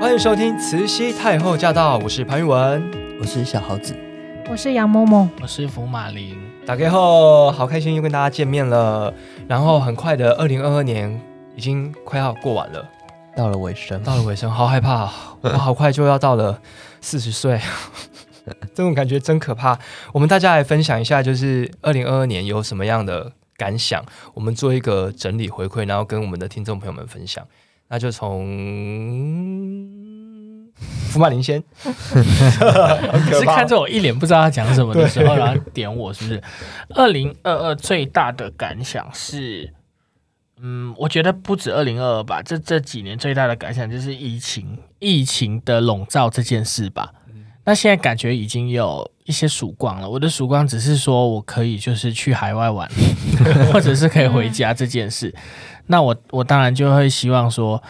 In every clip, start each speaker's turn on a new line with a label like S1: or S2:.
S1: 欢迎收听《慈禧太后驾到》，我是潘玉文。
S2: 我是小猴子，
S3: 我是杨某某，
S4: 我是福马林，
S1: 打开后，好开心又跟大家见面了。然后很快的，二零二二年已经快要过完了，
S2: 到了尾声，
S1: 到了尾声，好害怕哦，我好快就要到了四十岁， 这种感觉真可怕。我们大家来分享一下，就是二零二二年有什么样的感想，我们做一个整理回馈，然后跟我们的听众朋友们分享。那就从福马林先，很可
S4: 是
S1: 怕
S4: 看着我一脸不知道他讲什么的时候，然后点我是不是？二零二二最大的感想是，嗯，我觉得不止二零二二吧，这这几年最大的感想就是疫情，疫情的笼罩这件事吧。那现在感觉已经有一些曙光了。我的曙光只是说我可以就是去海外玩，或者是可以回家这件事。那我我当然就会希望说，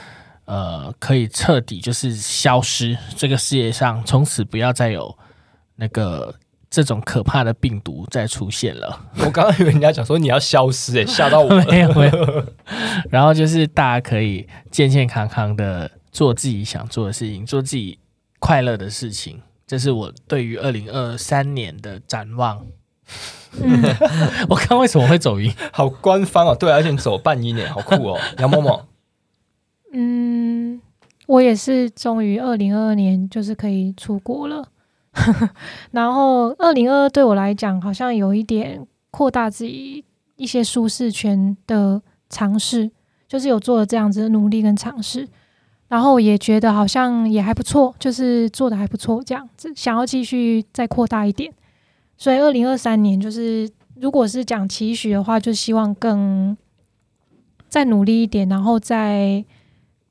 S4: 呃，可以彻底就是消失这个世界上，从此不要再有那个这种可怕的病毒再出现了。
S1: 我刚刚以为人家讲说你要消失、欸，吓到我了。
S4: 没有没有。然后就是大家可以健健康康的做自己想做的事情，做自己快乐的事情。这是我对于二零二三年的展望。
S1: 嗯
S4: 我看为什么会走音，
S1: 好官方哦，对啊，而且你走半音耶，好酷 哦，杨某某，
S3: 嗯，我也是终于二零二二年就是可以出国了， 然后二零二二对我来讲好像有一点扩大自己一些舒适圈的尝试，就是有做了这样子的努力跟尝试，然后也觉得好像也还不错，就是做的还不错这样子，想要继续再扩大一点，所以二零二三年就是如果是讲期许的话，就希望更再努力一点，然后再。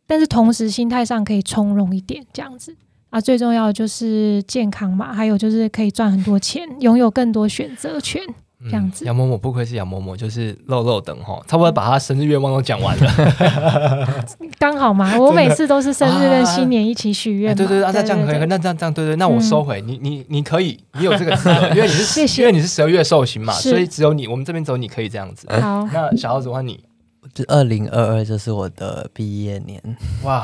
S3: 但是同时心态上可以从容一点，这样子啊，最重要的就是健康嘛，还有就是可以赚很多钱，拥有更多选择权。
S1: 嗯
S3: 这样子
S1: 杨某某不愧是杨某某，就是肉肉等哈，差不多把他生日愿望都讲完了。
S3: 刚 好嘛，我每次都是生日跟新年一起许 愿
S1: 哎
S3: 嘛、
S1: 对对，啊，那这样可以，
S3: 对对
S1: 那这样这样对对，那我
S3: 嗯
S1: 收回，你你你可以，你有这个资 格，因为你是
S3: 谢谢
S1: 因为你是十二月寿星嘛，
S3: 是
S1: 所以只有你，我们这边只有你可以这样子。
S3: 好，
S1: 那小耗子换你，
S2: 就二零二二就是我的毕业年，
S1: 哇，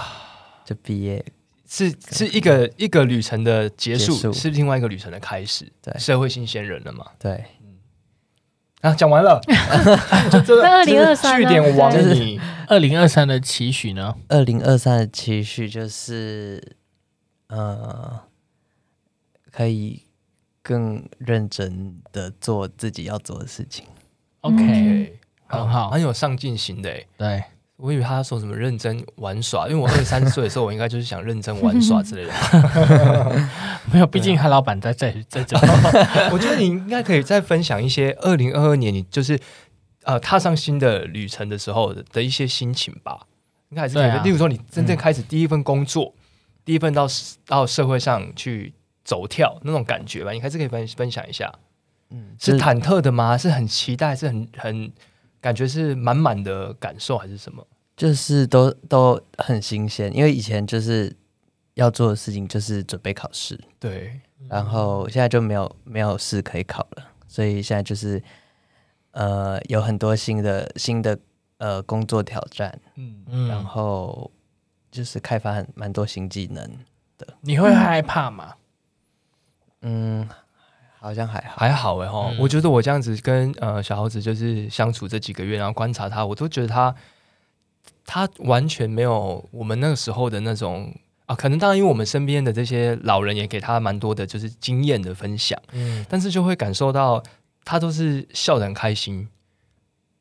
S2: 就毕业，
S1: 是是一个一个旅程的结束，
S2: 结束
S1: 是另外一个旅程的开始，
S2: 对
S1: 社会新鲜人了嘛。
S2: 对，
S1: 啊，讲 完了， 就真的
S3: 那
S1: 就是
S3: 2023
S1: 据
S3: 呢
S1: 点王
S2: 就是
S1: 你，
S4: 二零二三的期许呢？
S2: 二零二三的期许就是，呃，可以更认真的做自己要做的事情，
S4: OK，、
S3: 嗯
S4: 很好
S1: 很有上进心的欸。
S4: 对，
S1: 我以为他说什么认真玩耍，因为我二十三岁的时候，我应该就是想认真玩耍之类的。
S4: 没有，毕竟他老板在在 在这里，
S1: 我觉得你应该可以再分享一些二零二二年你就是呃踏上新的旅程的时候的一些心情吧。应该还是可以
S4: 对啊
S1: 例如说你真正开始第一份工作，第一份到到社会上去走跳那种感觉吧，你还是可以分分享一下。
S2: 嗯，
S1: 是
S2: 就是
S1: 忐忑的吗？是很期待，是很很感觉是满满的感受，还是什么？
S2: 就是都都很新鲜，因为以前就是要做的事情就是准备考试，
S1: 对，
S2: 然后现在就没有没有试可以考了，所以现在就是呃有很多新的新的呃工作挑战，
S1: 嗯，
S2: 然
S4: 嗯，
S2: 后就是开发很蛮多新技能，
S4: 你会害怕吗？
S2: 嗯，好像还好，
S1: 还好哎哈、
S4: 嗯
S1: 我觉得我这样子跟呃小猴子就是相处这几个月，然后观察他，我都觉得他他完全没有我们那个时候的那种啊，可能当然因为我们身边的这些老人也给他蛮多的就是经验的分享，
S4: 嗯，
S1: 但是就会感受到他都是笑得很开心，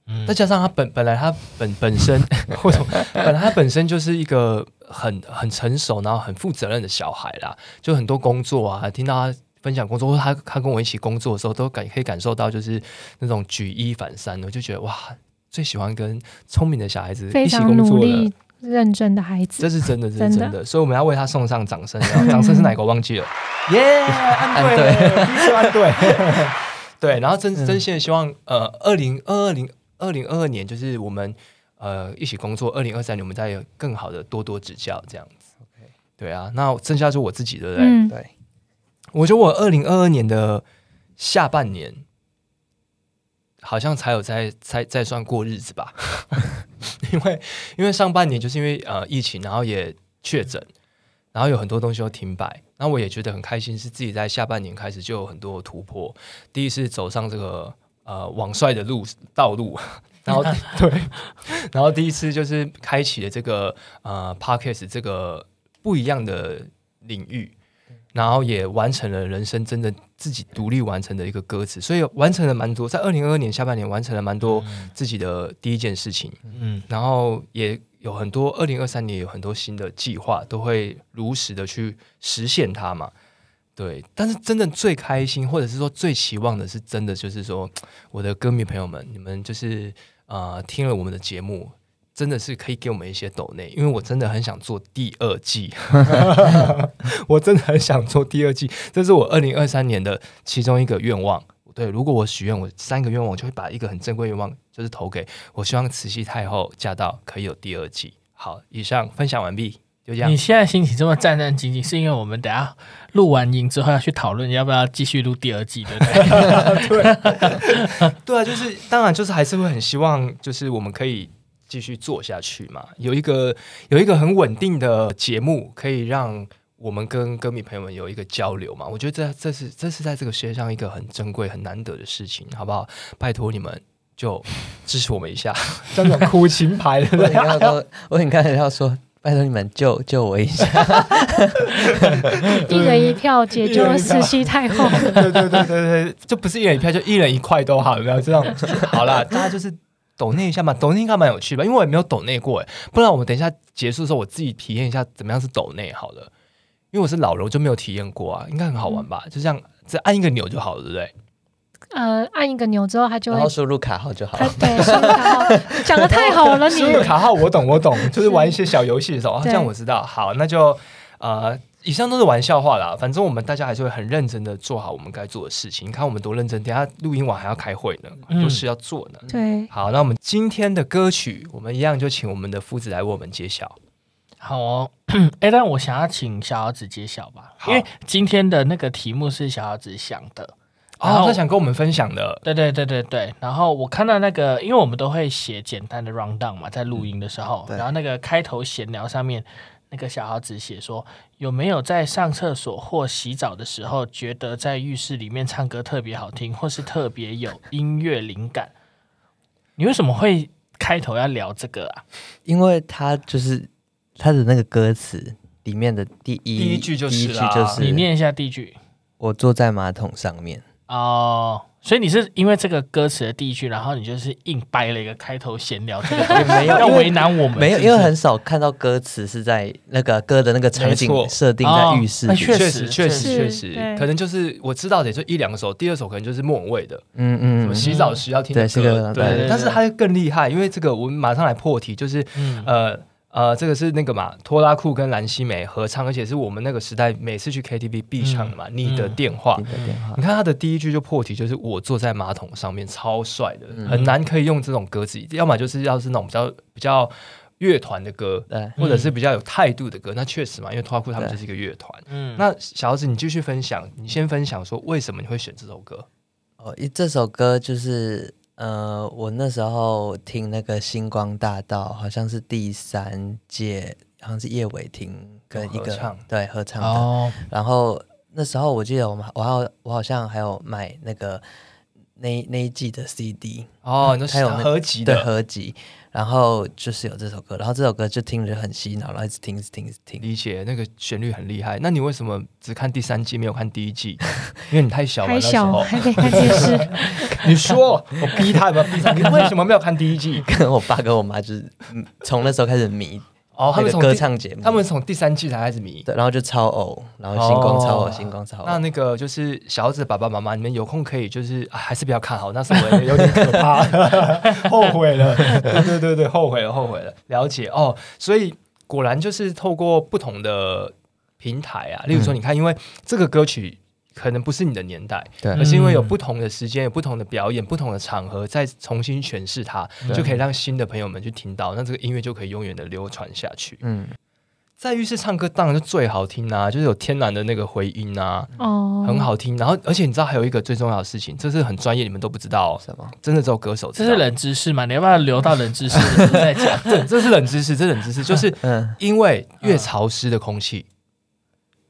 S4: 嗯
S1: 再加上他本本来他本本身，或者本来他本身就是一个很很成熟，然后很负责任的小孩啦，就很多工作啊，听到他分享工作，或者他他跟我一起工作的时候，都感可以感受到就是那种举一反三的，我就觉得哇，最喜欢跟聪明的小孩子一
S3: 非
S1: 起
S3: 常
S1: 工
S3: 努
S1: 作了
S3: 力。认真的孩
S1: 这
S3: 子，
S1: 是真的，这是
S3: 真的
S1: 真的，所以我们要为他送上掌声。然后掌声是哪个？我忘记了。 耶，安
S2: 对
S1: 对，第一次安对。 嗯对，然后真真心的希望，呃，二零二二零二零二二年，就是我们呃一起工作，二零二三年我们再有更好的多多指教，这样子。对啊，那剩下是我自己，对不对？
S3: 嗯，
S2: 对，
S1: 我觉得我二零二二年的下半年，好像才有在在在算过日子吧，因为因为上半年就是因为呃疫情，然后也确诊，然后有很多东西都停摆。那我也觉得很开心，是自己在下半年开始就有很多突破。第一是走上这个呃网帅的路 道路，然后对，然后第一次就是开启了这个呃 podcast 这个不一样的领域。然后也完成了人生真的自己独立完成的一个歌词，所以完成了蛮多，在二零二二年下半年完成了蛮多自己的第一件事情。
S4: 嗯，
S1: 然后也有很多二零二三年有很多新的计划，都会如实的去实现它嘛。对，但是真的最开心，或者是说最期望的是，真的就是说，我的歌迷朋友们，你们就是呃听了我们的节目，真的是可以给我们一些抖内，因为我真的很想做第二季， 我真的很想做第二季，这是我二零二三年的其中一个愿望。对，如果我许愿，我三个愿望，我就会把一个很珍贵愿望，就是投给我希望慈禧太后驾到可以有第二季。好，以上分享完毕，就这样
S4: 你。现在心情这么战战兢兢，是因为我们等下录完音之后要去讨论要不要继续录第二季，对不 对？
S1: 对啊，就是当然就是还是会很希望，就是我们可以继续做下去嘛，有一个有一个很稳定的节目，可以让我们跟歌迷朋友们有一个交流嘛。我觉得这这是这是在这个世界上一个很珍贵、很难得的事情，好不好？拜托你们就支持我们一下，这种哭情牌的
S2: 我很刚刚我很刚才要说，拜托你们救救我一下。
S3: 一人一票解
S1: 一人
S3: 救
S1: 一票
S3: 慈禧 太后。
S1: 对对对对对，就不是一人一票，就一人一块都好，有没有？这样好啦，大家就是抖内一下嘛，抖内应该蛮有趣吧？因为我也没有抖内过哎，不然我们等一下结束的时候，我自己体验一下怎么样是抖内好了。因为我是老人，我就没有体验过啊，应该很好玩吧？就这样，只按一个钮就好了，对不对？
S3: 呃，按一个钮之后，它就
S2: 然
S3: 会
S2: 后输入卡号就好
S3: 它
S2: 了。
S3: 对双卡号，讲的太好 了你。
S1: 卡号我懂，我懂，就是
S3: 是
S1: 玩一些小游戏的时候，啊这
S3: 对
S1: 样我知道。好，那就呃，以上都是玩笑话啦。反正我们大家还是会很认真的做好我们该做的事情。你看我们多认真，等一下录音完还要开会呢，很多
S4: 嗯
S1: 事要做呢。
S3: 对，
S1: 好，那我们今天的歌曲，我们一样就请我们的夫子来为我们揭晓。
S4: 好哦， 哎，但我想要请小姚子揭晓吧，
S1: 好
S4: 因为今天的那个题目是小姚子想的。然
S1: 哦，
S4: 后
S1: 他想跟我们分享的，
S4: 对对对对对，然后我看到那个，因为我们都会写简单的 round down 嘛，在录音的时候，
S2: 嗯对
S4: 然后那个开头闲聊上面，那个小孩子写说有没有在上厕所或洗澡的时候，觉得在浴室里面唱歌特别好听，或是特别有音乐灵感？你为什么会开头要聊这个啊？
S2: 因为他就是他的那个歌词里面的第一
S1: 第一句就是
S2: 第一句
S1: 啦
S2: 就是
S4: 你念一下第一句
S2: 我坐在马桶上面，
S4: 哦。所以你是因为这个歌词的第一句，然后你就是硬掰了一个开头闲聊，这个
S2: 没有
S4: 要
S2: 因为
S4: 为难我们，
S2: 没有，
S4: 是不
S2: 因
S4: 是
S2: 为很少看到歌词是在那个歌的那个场景
S1: 没错
S2: 设定在浴室
S4: 哦哎
S2: 里。
S4: 确实
S1: 实，确
S3: 确实
S1: 确
S3: 是
S1: 实，
S3: 对
S1: 可能就是我知道的，也就一两首，第二首可能就是莫文蔚的，
S2: 嗯
S1: 什么
S2: 嗯，
S1: 洗澡时要听的
S2: 对是
S1: 歌，
S2: 个对
S1: 对。
S4: 对
S1: 但是他更厉害，因为这个我们马上来破题，就是
S4: 嗯
S1: 呃呃，这个是那个嘛，拖拉库跟蓝心湄合唱，而且是我们那个时代每次去 KTV 必唱的嘛，你的电话
S4: 啊
S2: 你。的电话
S1: 你看他的第一句就破题，就是我坐在马桶上面，超帅的，
S2: 嗯
S1: 很难可以用这种歌词，要么就是要是那种比较比较乐团的歌，
S2: 对，
S1: 或者是比较有态度的歌，那确实嘛，因为拖拉库他们
S2: 嗯对
S1: 就是一个乐团。
S4: 嗯
S1: 那小姚子，你继续分享，你先分享说为什么你会选这首歌？
S2: 哦，一这首歌就是呃，我那时候听那个星光大道，好像是第三届，好像是叶伟霆跟一
S1: 有合
S2: 个
S1: 唱
S2: 对合唱的，
S4: 哦，
S2: 然后那时候我记得我们我好我好像还有买那个那那一季的 CD
S1: 哦，那
S2: 嗯还
S1: 是
S2: 有那
S1: 合集
S2: 的
S1: 的，
S2: 合集，然后就是有这首歌，然后这首歌就听着很洗脑，然后一直听一直听一直听。
S1: 理解那个旋律很厉害。那你为什么只看第三季没有看第一 季？因为你太小了
S3: 还
S1: 那时
S3: 小
S1: 候。
S3: 还没看电视，
S1: 你说我逼他有没有逼他？你为什么没有看第一 季？
S2: 跟我爸跟我妈就是嗯从那时候开始迷
S1: 哦，他
S2: 那
S1: 们
S2: 个
S1: 从
S2: 歌
S1: 第
S2: 唱节目，
S1: 他们从第三季才开始迷。
S2: 对，然后就超偶，然后星光超偶，
S1: 哦
S2: 星光超
S1: 那
S2: 偶。
S1: 那个就是小子爸爸妈妈，你们有空可以就是、啊还是不要看好，那时候我也有点可怕，后悔了。对对对对，后悔了，后悔了。了解哦，所以果然就是透过不同的平台啊，例如说，
S2: 嗯
S1: 你看，因为这个歌曲可能不是你的年代，
S2: 对
S1: 而是因为有不同的时间、有不同的表演、不同的场合，再重新诠释它，
S4: 对
S1: 就可以让新的朋友们去听到，那这个音乐就可以永远的流传下去。
S2: 嗯，
S1: 在浴室唱歌当然就最好听啦、就是有天然的那个回音啊，
S3: 哦，
S1: 很。好听。然后，而且你知道还有一个最重要的事情，这是很专业，你们都不知道哦，
S2: 什么？
S1: 真的只有歌手
S4: 这
S1: 知道。
S4: 是冷知识嘛？你要不要留到冷知识的时候再讲？
S1: 这这是冷知识，这是冷知识，就是
S2: 嗯，
S1: 因为越潮湿的空气，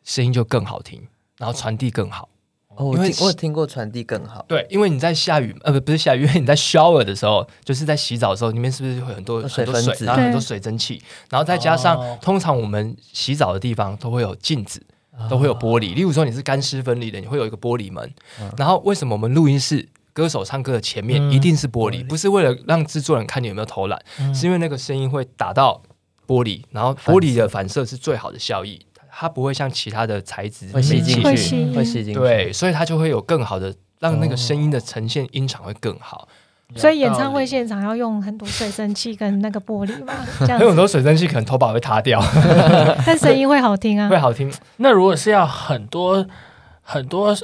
S1: 声音就更好听，然后传递更好。
S2: 哦，我
S1: 因为
S2: 听我有听过传递更好，
S1: 对，因为你在下雨，呃，不不是下雨，因为你在 shower 的时候，就是在洗澡的时候，里面是不是会有很多
S2: 有水
S1: 很多
S2: 分
S1: 水，
S2: 子
S1: 然后很多
S3: 对
S1: 水蒸气，然后再加上、
S4: 哦
S1: 通常我们洗澡的地方都会有镜子，
S2: 啊
S1: 都会有玻璃。例如说你是干湿分离的，你会有一个玻璃门。
S2: 嗯
S1: 然后为什么我们录音室歌手唱歌的前面
S4: 嗯
S1: 一定是玻璃？
S2: 玻璃
S1: 不是为了让制作人看你有没有偷懒，
S4: 嗯
S1: 是因为那个声音会打到玻璃，然后玻璃的反射是最好的效益，它不会像其他的材质
S2: 会吸
S1: 没
S2: 进
S1: 气
S3: 会
S2: 去，
S3: 吸
S2: 会吸进去。
S1: 对，所以它就会有更好的让那个声音的呈现音场会更
S3: 哦
S1: 好。
S3: 所以演唱会
S4: 有道理
S3: 现场要用很多水蒸气跟那个玻璃 嘛，这样
S1: 还有很
S3: 子，
S1: 多水蒸气可能头发会塌掉，
S3: 但声音会好听 啊
S1: 会。好听。
S4: 那如果是要很多很多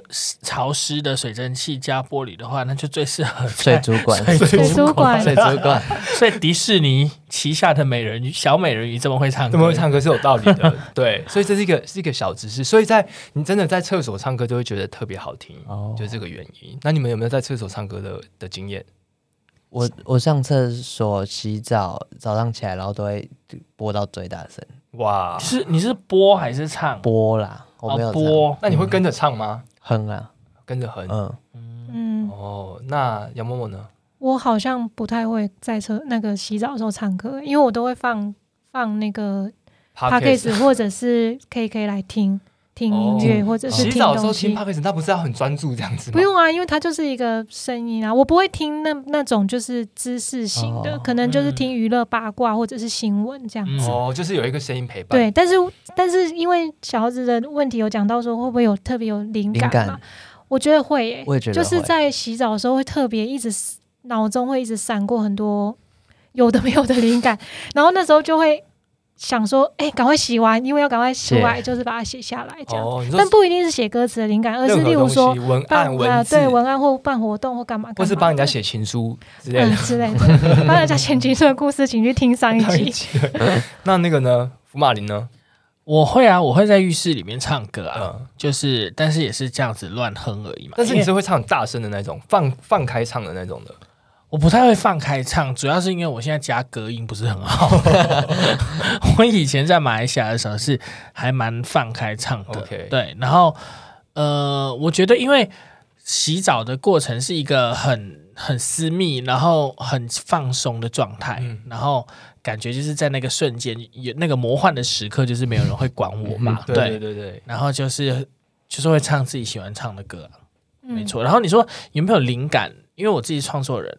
S4: 潮湿的水蒸气加玻璃的话，那就最适合
S2: 水
S4: 在
S2: 族 馆，
S3: 水族 馆
S2: 水族馆，
S4: 所以迪士尼旗下的美人鱼小美人鱼这么会唱歌，
S1: 那么会唱歌是有道理的，对，所以这是一个是一个小知识。所以在你真的在厕所唱歌，就会觉得特别好听，
S2: 哦
S1: 就这个原因。那你们有没有在厕所唱歌的的经验？
S2: 我我上厕所洗澡，早上起来然后都会播到最大声，
S1: 哇，
S2: 嗯
S4: 是你是播还是
S1: 哦
S4: 唱？
S2: 播啦，我没有
S4: 哦
S2: 唱
S4: 播，
S1: 那你会跟着唱吗？
S2: 哼啦，
S1: 跟着哼。
S2: 嗯，
S3: 嗯，
S1: 哦，那杨默默呢？
S3: 我好像不太会在车那个洗澡的时候唱歌，因为我都会放放那个 p a c k a
S1: Podcast
S3: g e 或者是 KK 来听听音乐，或者是
S1: 哦洗
S3: 听
S1: 澡的时候听
S3: 东西
S1: p。o d c a s 那不是要很专注这样子吗？
S3: 不用啊，因为它就是一个声音啊，我不会听那那种就是知识型的，
S2: 哦
S3: 可能就是
S4: 嗯
S3: 听娱乐八卦或者是新闻这样。
S4: 嗯
S1: 哦，就是有一个声音陪伴。
S3: 对，但是但是因为小猴子的问题有讲到说会不会有特别有灵
S2: 灵
S3: 感嘛
S2: 感？
S3: 我觉得会、耶，
S2: 我也觉得
S3: 就是
S2: 会
S3: 在洗澡的时候会特别一直脑中会一直闪过很多有的没有的灵感，然后那时候就会想说，哎、赶快洗完，因为要赶快出
S2: 写
S3: 来，就是把它写下来这样。
S1: 哦，你说
S3: 但不一定是写歌词的灵感，呃而是
S1: 任何
S3: 例如
S1: 东西
S3: 说
S1: 文
S3: 办
S1: 案、
S3: 呃
S1: 文字，
S3: 对嗯文案或办活动或干嘛干嘛
S1: 或
S3: 的，
S1: 是帮人家写情书之类
S3: 嗯
S1: 的。
S3: 之类的，帮人家写情书的故事，请去 听上一集。
S1: 那那个呢？福马林呢？
S4: 我会啊，我会在浴室里面唱歌啊，
S1: 嗯，
S4: 就是但是也是这样子乱哼而已嘛。
S1: 但是你
S4: 因为
S1: 是会唱很大声的那种，放放开唱的那种的。
S4: 我不太会放开唱，主要是因为我现在加隔音不是 很好。我以前在马来西亚的时候是还蛮放开唱的
S1: OK
S4: 对，然后呃，我觉得因为洗澡的过程是一个很很私密，然后很放松的状态，
S1: 嗯
S4: 然后感觉就是在那个瞬间，有那个魔幻的时刻，就是没有人会管我嘛，
S1: 嗯对啊对对对，
S4: 然后就是就是会唱自己喜欢唱的歌啊、
S3: 嗯
S4: 没，错。然后你说有没有灵感？因为我自己创作人，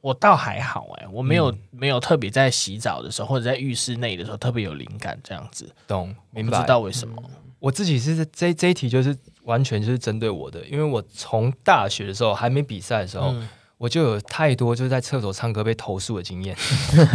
S4: 我倒还好哎、我没有、没有特别在洗澡的时候或者在浴室内的时候特别有灵感这样子，
S1: 懂
S4: 我
S1: 明
S4: 不
S1: 白
S4: 知。道为什么。
S1: 我自己是这这一题就是完全就是针对我的，因为我从大学的时候还没比赛的时候，
S4: 嗯
S1: 我就有太多就是在厕所唱歌被投诉的经验。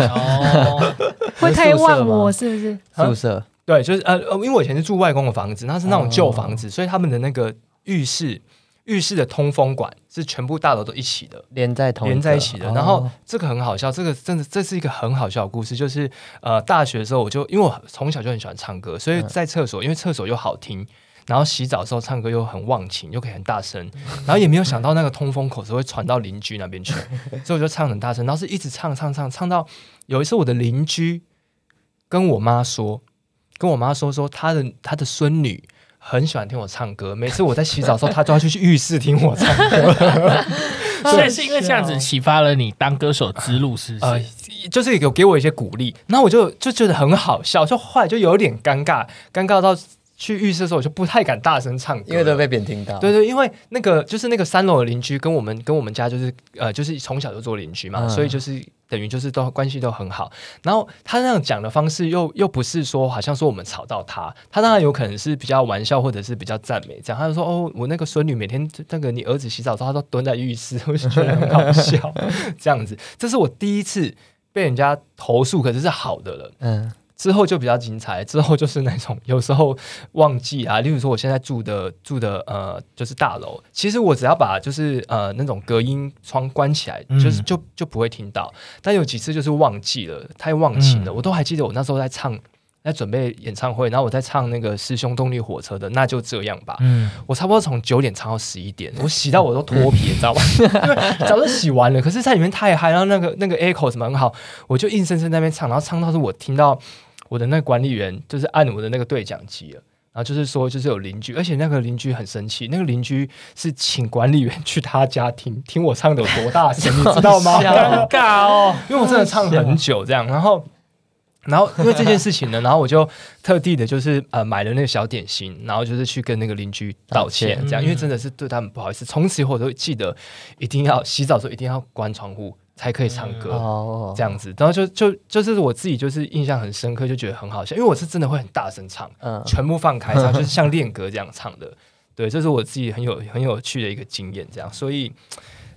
S4: 哦，
S3: 会太
S2: 宿舍
S3: 忘
S2: 吗
S3: 我是不是？
S1: 啊
S2: 宿舍
S1: 对，就是呃，呃因为我以前是住外公的房子，那是那种旧房子，所以他们的那个浴室浴室的通风管是全部大楼都一起的。
S2: 连在同
S1: 连
S2: 个
S1: 在一起的。然后
S2: 哦
S1: 这个很好笑，这个真的这是一个很好笑的故事，就是呃，大学的时候我就因为我从小就很喜欢唱
S2: 嗯
S1: 歌，所以在厕所，因为厕所又好听。然后洗澡的时候唱歌又很忘情，又可以很大声，然后也没有想到那个通风口是会传到邻居那 边去，所以我就唱很大声，然后是一直唱唱唱唱到有一次我的邻居跟我妈说，跟我妈说说她的她的孙女很喜欢听我唱歌，每次我在洗澡的时候，她都要去浴室听我唱歌，
S4: 所以是因为这样子启发了你当歌手之路，是不
S1: 呃
S4: 是？，
S1: 就是有给我一些鼓励，然后我就就觉得很好笑，就后来就有点尴尬，尴尬到去浴室的时候我就不太敢大声唱歌，
S2: 因为都被别人听到，
S1: 对对，因为那个就是那个三楼的邻居跟我们跟我们家就是呃就是从小就做邻居嘛，
S2: 嗯
S1: 所以就是等于就是都关系都很好。然后他那样讲的方式又又不是说好像说我们吵到他，他当然有可能是比较玩笑或者是比较赞美这样。他就说哦，我那个孙女每天那个你儿子洗澡的时候，他都蹲在浴室，我就觉得很好笑 这样子。这是我第一次被人家投诉，可是是好的了。
S2: 嗯，
S1: 之后就比较精彩，之后就是那种有时候忘记啊，例 如说我现在住的住的呃就是大楼，其实我只要把就是呃那种隔音窗关起来，
S4: 嗯
S1: 就是就就不会听到。但有几次就是忘记了，太忘情了，
S4: 嗯
S1: 我都还记得我那时候在唱，在准备演唱会，然后我在唱那个师兄动力火车的，那就这样吧。
S4: 嗯，
S1: 我差不多从九点唱到十一点，我洗到我都脱皮，你知道 吗？因为早就洗完了，可是在里面太嗨，然后那个那个 echo 什么很好，我就硬生生在那边唱，然后唱到是我听到我的那个管理员就是按我的那个对讲机了。然后就是说，就是有邻居，而且那个邻居很生气，那个邻居是请管理员去他家听听我唱的有多大声，你知道 吗？
S4: 尴尬哦，
S1: 因为我真的唱很久这样，然后。然后因为这件事情呢， 然后我就特地的，就是呃买了那个小点心，然后就是去跟那个邻居道歉
S2: 道，
S4: 歉
S1: 这样，因为真的是对他们不好意思。从此以后我都记得，一定要洗澡的时候一定要关窗户才可以唱歌。
S2: 哦，
S1: 这样子，然后就就就是我自己就是印象很深刻，就觉得很好笑，因为我是真的会很大声唱，
S2: 嗯，
S1: 全部放开唱，就是像练歌这样唱的。对，这是我自己很有很有趣的一个经验，这样。所以，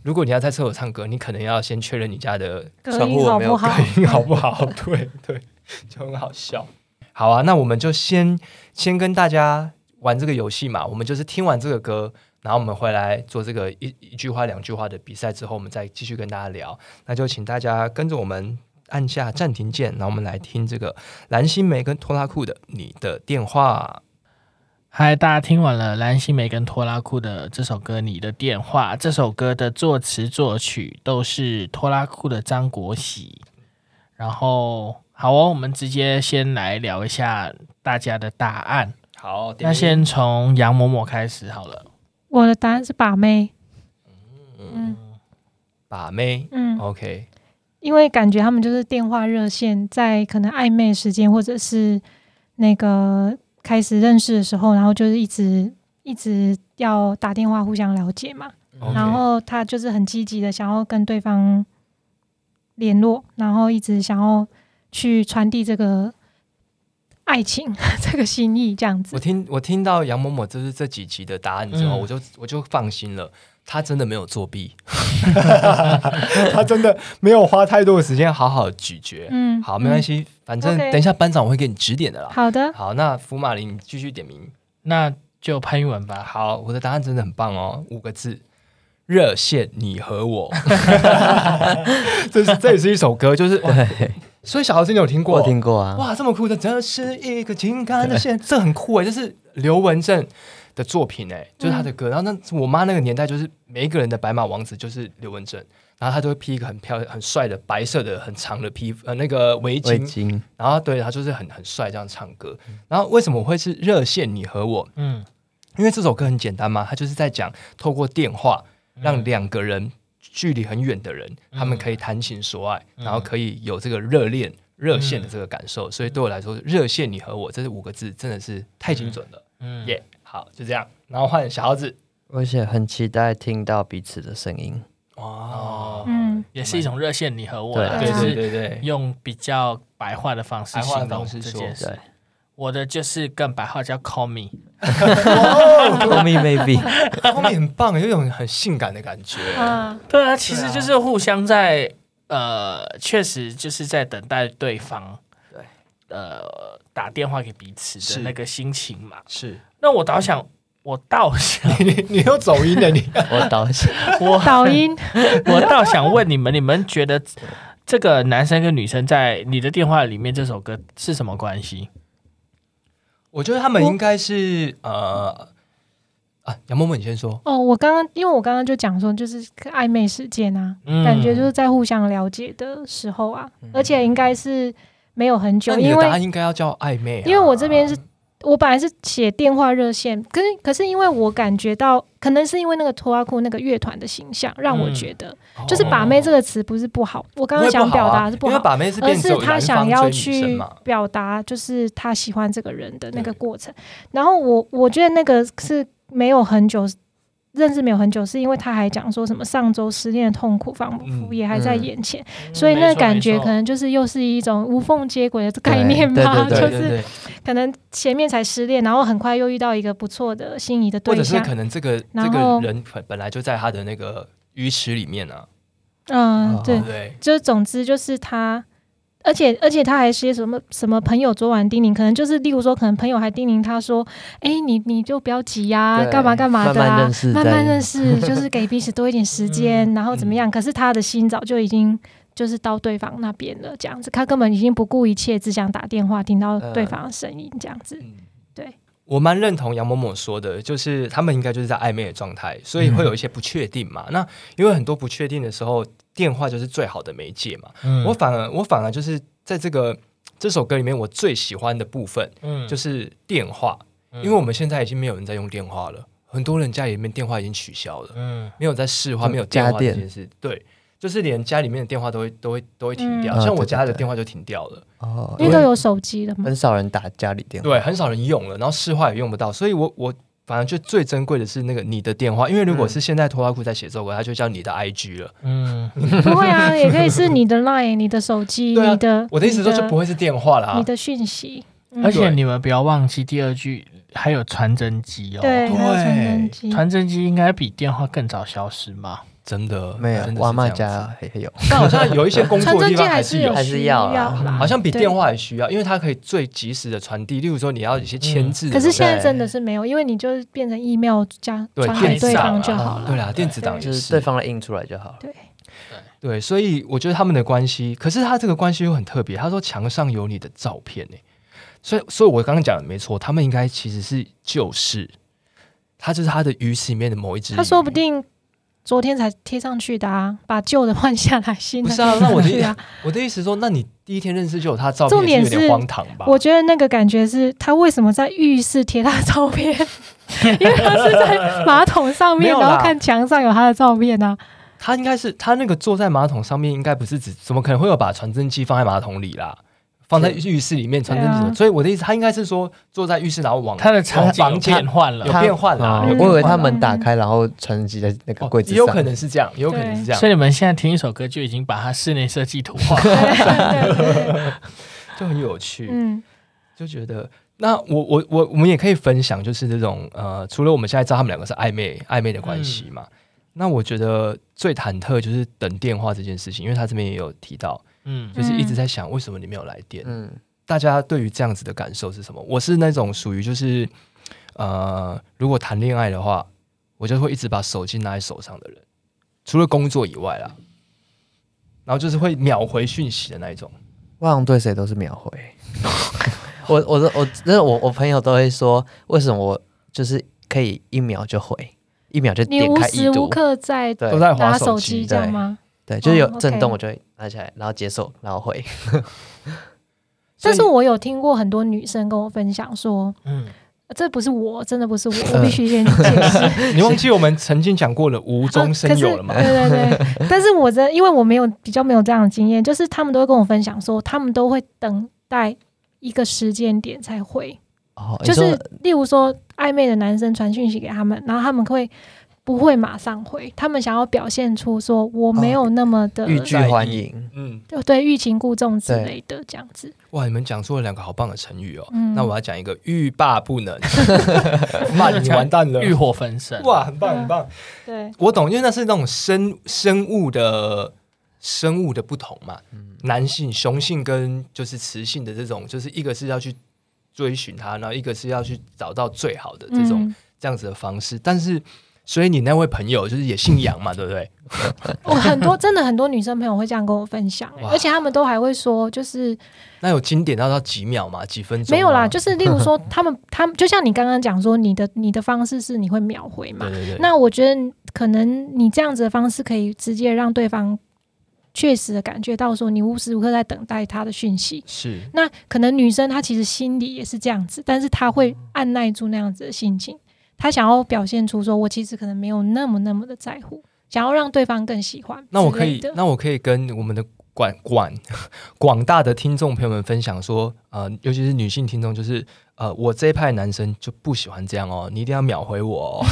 S1: 如果你要在厕所唱歌，你可能要先确认你家的
S3: 隔
S5: 窗户
S3: 音
S5: 有
S3: 好
S5: 没
S3: 不
S5: 有
S3: 好？
S1: 音好不好？ 对对，就很好笑。好啊，那我们就先先跟大家玩这个游戏嘛。我们就是听完这个歌，然后我们回来做这个一一句话、两句话的比赛之后，我们再继续跟大家聊。那就请大家跟着我们按下暂停键，然后我们来听这个蓝心湄跟拖拉库的《你的电话》。
S4: 嗨，大家听完了蓝心湄跟拖拉库的这首歌《你的电话》，这首歌的作词作曲都是拖拉库的张国喜。然后，好哦，我们直接先来聊一下大家的答案。
S1: 好，
S4: 那先从杨某某开始好了。
S3: 我的答案是把妹。嗯
S1: 把妹。
S3: 嗯，
S1: OK，
S3: 因为感觉他们就是电话热线，在可能暧昧时间或者是那个开始认识的时候，然后就是一直一直要打电话互相了解嘛。
S1: OK
S3: 然后他就是很积极的想要跟对方联络，然后一直想要去传递这个爱情 这个心意，这样
S1: 我
S3: 子。
S1: 听我听到杨某某就是这几集的答案之后，
S4: 嗯
S1: 我就我就放心了，他真的没有作弊， 他真的没有花太多的时间好好咀嚼。
S3: 嗯，
S1: 好，没关系，反正
S3: OK
S1: 等一下班长我会给你指点的
S3: 嗯。
S1: 啦。
S3: 好的，
S1: 好，那福马林你继续点名。啊
S4: 那就潘玉文吧。
S1: 好，我的答案真的很棒哦，五个字。热线，你和我， 这是这也是一首歌，就是哇
S2: 对，
S1: 所以小豪子你有听过？
S2: 我听过啊，
S1: 哇，这么酷的，这是一个情感的线，这很酷哎，这是刘文正的作品哎，就是他的歌。然后那我妈那个年代，就是每一个人的白马王子就是刘文正，然后他都会披一个很漂亮、很帅的白色的很长的披呃那个围
S2: 味
S1: 巾，
S2: 精，
S1: 然后对他就是很很帅这样唱歌。然后为什么我会是热线你和我？
S4: 嗯，
S1: 因为这首歌很简单嘛，他就是在讲透过电话让两个人距离很远的人，他们可以谈情说爱，然后可以有这个热恋、热线的这个感受。所以对我来说，“热线你和我”这五个字真的是太精准了，
S4: 嗯
S1: 耶、好，就这样，然后换小猴子。
S2: 而且很期待听到彼此的声 音。
S1: 哦，
S3: 嗯，
S4: 也是一种热线，你和我啦，
S2: 对
S4: 就
S1: 对对
S4: 是
S1: 对对，
S4: 用比较白话的方式
S1: 白话的
S4: 形容
S1: 方式
S4: 这
S1: 说
S4: 件事。
S2: 对
S4: 我的就是更白话叫 call me，
S1: 哦
S2: ，Call me maybe，
S1: 后面很棒，有一种很性感的感觉。
S3: 啊，
S4: 对啊，其实就是互相在、呃，确实就是在等待对方，
S2: 对，
S4: 呃，打电话给彼此
S1: 是
S4: 的那个心情嘛。
S1: 是
S4: 那我倒想，我倒想，
S1: 你你又走音了，你
S2: 我倒是
S4: 我
S3: 导音，
S4: 我倒想问你们，你们觉得这个男生跟女生在你的电话里面这首歌是什么关系？
S1: 我觉得他们应该是呃啊，杨默默你先说，
S3: 哦，我刚刚因为我刚刚就讲说，就是暧昧时间啊，
S4: 嗯
S3: 感觉就是在互相了解的时候啊，而且应该是没有很久，
S1: 嗯那你
S3: 因
S1: 的答案
S3: 为
S1: 应该要叫暧昧、啊，
S3: 因为我这边是我本来是写电话热线，可是可是因为我感觉到，可能是因为那个拖拉裤那个乐团的形象，让我
S4: 嗯
S3: 觉得、就是“把妹”这个词不是不好，我
S1: 不
S3: 刚
S1: 会
S3: 刚
S1: 哦不好
S3: 想
S1: 啊
S3: 表达是不
S1: 因
S3: 好
S1: 为。把妹是
S3: 而
S1: 变
S3: 是
S1: 成
S3: 他
S1: 男
S3: 想
S1: 方
S3: 要
S1: 追女生
S3: 去
S1: 嘛，
S3: 表达，就是他喜欢这个人的那个过程。然后我我觉得那个是没有很久认识没有很久，是因为他还讲说什么上周失恋的痛苦仿佛
S1: 嗯
S3: 也还在
S2: 嗯
S3: 眼前，所以那感觉可能就是又是一种无缝接轨的概念
S2: 对
S3: 吧，就
S1: 对
S2: 对
S3: 是
S1: 对，
S3: 可能前面才失恋，然后很快又遇到一个不错的心仪的
S1: 或
S3: 对
S1: 者是
S3: 象，
S1: 可能这个
S3: 然
S1: 这个
S3: 后
S1: 人本本来就在他的那个鱼池里面啊，
S3: 嗯
S2: 哦，
S3: 对
S1: 对不，对？
S3: 就是总之就是他，而且而且他还写什么什么朋友昨晚叮咛，可能就是例如说，可能朋友还叮咛他说，哎，你你就不要急呀、
S2: 对
S3: 啊干嘛干嘛的、
S2: 慢慢
S3: 啊
S2: 认，识
S3: 慢
S2: 再
S3: 慢认识，就是给彼此多一点时间，然后怎么样？可是他的心早就已经。就是到对方那边了，这样子，他根本已经不顾一切，只想打电话听到对方的声音，这样子。
S1: 嗯，
S3: 对。
S1: 我蛮认同杨某某说的，就是他们应该就是在暧昧的状态，所以会有一些不确定嘛。那因为很多不确定的时候，电话就是最好的媒介嘛。
S4: 嗯
S1: 我反而我反而就是在这个这首歌里面，我最喜欢的部分
S4: 嗯
S1: 就是电话，因为我们现在已经没有人在用电话了，很多人家里面电话已经取消了，
S4: 嗯，
S1: 没有在市话，
S2: 嗯
S1: 没有电
S2: 家
S1: 话这
S2: 电
S1: 件事。对，就是连家里面的电话都会都会都会停掉，
S2: 嗯
S1: 像
S2: 啊
S1: 我
S2: 对
S1: 家
S2: 对
S1: 的
S2: 对
S1: 电话就停掉了，
S2: 哦，
S3: 因为都有手机了嘛
S2: 很。少人打家里电话，
S1: 对，很少人用了，然后市话也用不到，所以我我。反正就最珍贵的是那个你的电话，因为如果是现在拖拉库在写作文，它就叫你的 IG 了。
S4: 嗯，
S3: 不会啊，也可以是你的 LINE、你的手机、
S1: 对啊
S3: 你的
S1: 我的意思说就不
S3: 会
S1: 会是电话啊啦
S3: 你，的讯息，嗯
S4: 而且你们不要忘记第二句还有传真机哦。
S3: 对，还有传真
S1: 对
S3: 机。
S4: 传真机应该比电话更早消失吧？
S1: 真的
S2: 没有
S1: 啊真的，是
S2: 我阿嬷
S1: 这样子
S2: 家还有，
S1: 但好像有一些工
S3: 传
S1: 作的地
S3: 真机
S1: 方还
S3: 是
S1: 是有
S2: 还是
S3: 需
S2: 要
S3: 要
S2: 啊
S3: 啦
S1: 好像比
S3: 嗯对
S1: 电话也需要，因为它可以最及时的传递。例如说，你要一些签字的
S3: 嗯可
S1: 东西，
S3: 是现在
S2: 对
S3: 真的是没有，因为你就是变成 email 加
S1: 对
S3: 传给
S4: 电子
S3: 对
S4: 档
S3: 方
S4: 啊
S3: 就好了。
S1: 嗯对啦，电子档
S2: 就
S1: 也
S2: 是
S1: 是
S2: 对方来印出来就好了。
S3: 对，
S1: 对，所以我觉得他们的关系，可是他这个关系又很特别。他说墙上有你的照片呢、所以所以我刚刚讲的没错，他们应该其实是旧事，他就是他的鱼池里面的某一只鱼。
S3: 他说不定昨天才贴上去的啊，把旧的换下来，新的
S1: 不是啊
S3: 贴上
S1: 那我 的
S3: 去啊。
S1: 我的意思说，那你第一天认识就有他的照
S3: 重点
S1: 片，是有
S3: 是
S1: 点荒唐吧？
S3: 我觉得那个感觉是他为什么在浴室贴他的照片， 因为他是在马桶上
S1: 没
S3: 面，
S1: 有啦
S3: 然后看墙上有他的照片 啊。
S1: 他应该是他那个坐在马桶上面，应该不是只怎么可能会有把传真机放在马桶里啦？放在浴室里面传真机什么，
S3: 对啊
S1: 所以我的意思，他应该是说坐在浴室，然后往
S4: 它的场景嗯有
S1: 房间
S4: 变换了
S1: 有，
S2: 他
S1: 变换啦
S2: 哦
S1: 有变换啦
S2: 我以为他门打开，然后传真机在那个
S1: 哦
S2: 柜子
S1: 也
S2: 上，
S1: 有可能是这样，也有可能是这样
S4: 所，以你们现在听一首歌就已经把它室内设计图画。
S3: 对对对对，
S1: 就很有趣。
S3: 嗯，
S1: 就觉得那我我我我们也可以分享，就是这种呃，除了我们现在知道他们两个是暧昧暧昧的关系
S3: 嗯
S1: 嘛，那我觉得最忐忑就是等电话这件事情，因为他这边也有提到，
S4: 嗯
S1: 就是一直在想为什么你没有来电，
S2: 嗯，
S1: 大家对于这样子的感受是什么？我是那种属于就是呃，如果谈恋爱的话，我就会一直把手机拿在手上的人，除了工作以外啦，然后就是会秒回讯息的那一种。
S2: 我好像对谁都是秒回。 我我的我真的我我朋友都会说，为什么我就是可以一秒就回，一秒就
S3: 你
S2: 点
S3: 无
S2: 开
S3: 时
S2: 已
S3: 无
S2: 读，
S3: 刻在
S2: 对
S1: 都在滑
S3: 拿
S1: 手
S3: 手
S1: 机
S3: 机，这样吗？
S2: 对，就是有
S3: 哦，OK
S2: 震动我就会拿起来，然后接受，然后回。
S3: 但是
S1: 所以
S3: 我有听过很多女生跟我分享说，
S4: 嗯，
S3: 呃这不是我，真的不是我，
S2: 嗯
S3: 我必须先解释。
S1: 你忘记我们曾经讲过了无中生有了吗？
S3: 啊可是对对对，但是我真的因为我没有比较没有这样的经验，就是他们都会跟我分享说，他们都会等待一个时间点才回，
S2: 哦，
S3: 就
S2: 你说
S3: 是例如说暧昧的男生传讯息给他们，然后他们会。不会马上回，他们想要表现出说我没有那么的、
S2: 欲拒还迎，
S1: 嗯，
S3: 就对欲擒故纵之类的这样子。
S1: 哇，你们讲出了两个好棒的成语哦。
S3: 嗯，
S1: 那我要讲一个欲罢不能，骂你完蛋了。
S4: 欲火焚身。
S1: 哇，很棒很棒，
S3: 对
S1: 我懂，因为那是那种生生物的生物的不同嘛。男性雄性跟就是雌性的这种，就是一个是要去追寻它，然后一个是要去找到最好的这种、
S3: 嗯
S1: 这样子的方式。但是，所以你那位朋友就是也姓杨嘛，对不对？
S3: 我哦很多真的很多女生朋友会这样跟我分享、欸
S1: 哇
S3: 而且他们都还会说，就是
S1: 那有经典到到几秒嘛？几分钟吗？
S3: 没有啦，就是例如说，他们他们就像你刚刚讲说，你的你的方式是你会秒回嘛
S1: 对？对对。
S3: 那我觉得可能你这样子的方式可以直接让对方确实的感觉到说你无时无刻在等待他的讯息。
S1: 是
S3: 那可能女生她其实心里也是这样子，但是她会按耐住那样子的心情，她想要表现出说我其实可能没有那么那么的在乎，想要让对方更喜欢之类的。
S1: 那我可以，那我可以跟我们的广广 广大的听众朋友们分享说，呃，尤其是女性听众，就是呃，我这一派男生就不喜欢这样哦，你一定要秒回我、 哦，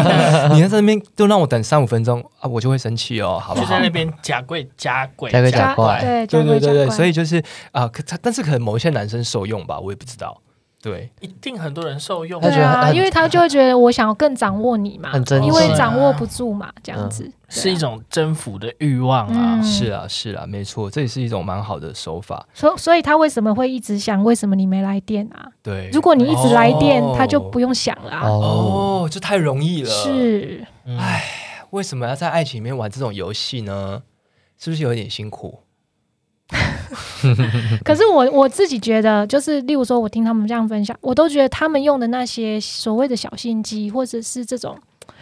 S1: 你在这边就让我等三五分钟啊，我就会生气哦，好不
S4: 就
S1: 好
S4: 在？那边假贵假贵
S2: 假贵
S3: 加
S2: 假怪
S1: 对
S3: 对加
S1: 对对
S3: 怪
S1: 对，
S3: 加怪
S1: 所以就是啊，可、他但是可能某一些男生受用吧，我也不知道。对，
S4: 一定很多人受用。
S2: 他
S3: 对
S2: 觉得很
S3: 啊，
S2: 很
S3: 因为他就会觉得我想要更掌握你嘛，
S2: 很啊珍惜
S3: 因为掌握不住嘛，这样
S2: 嗯
S3: 子、
S4: 是一种征服的欲望啊
S3: 嗯。
S1: 是啊，是啊，没错，这也是一种蛮好的手法。
S3: 啊所所以他为什么会一直想为什么你没来电啊？
S1: 对，
S3: 如果你一直来电，
S1: 哦
S3: 他就不用想了、啊。
S2: 哦，
S1: 哦，这太容易了，
S3: 是，
S4: 哎，
S1: 为什么要在爱情里面玩这种游戏呢？是不是有点辛苦？
S3: 可是我我自己觉得，就是例如说，我听他们这样分享，我都觉得他们用的那些所谓的小心机，或者是这种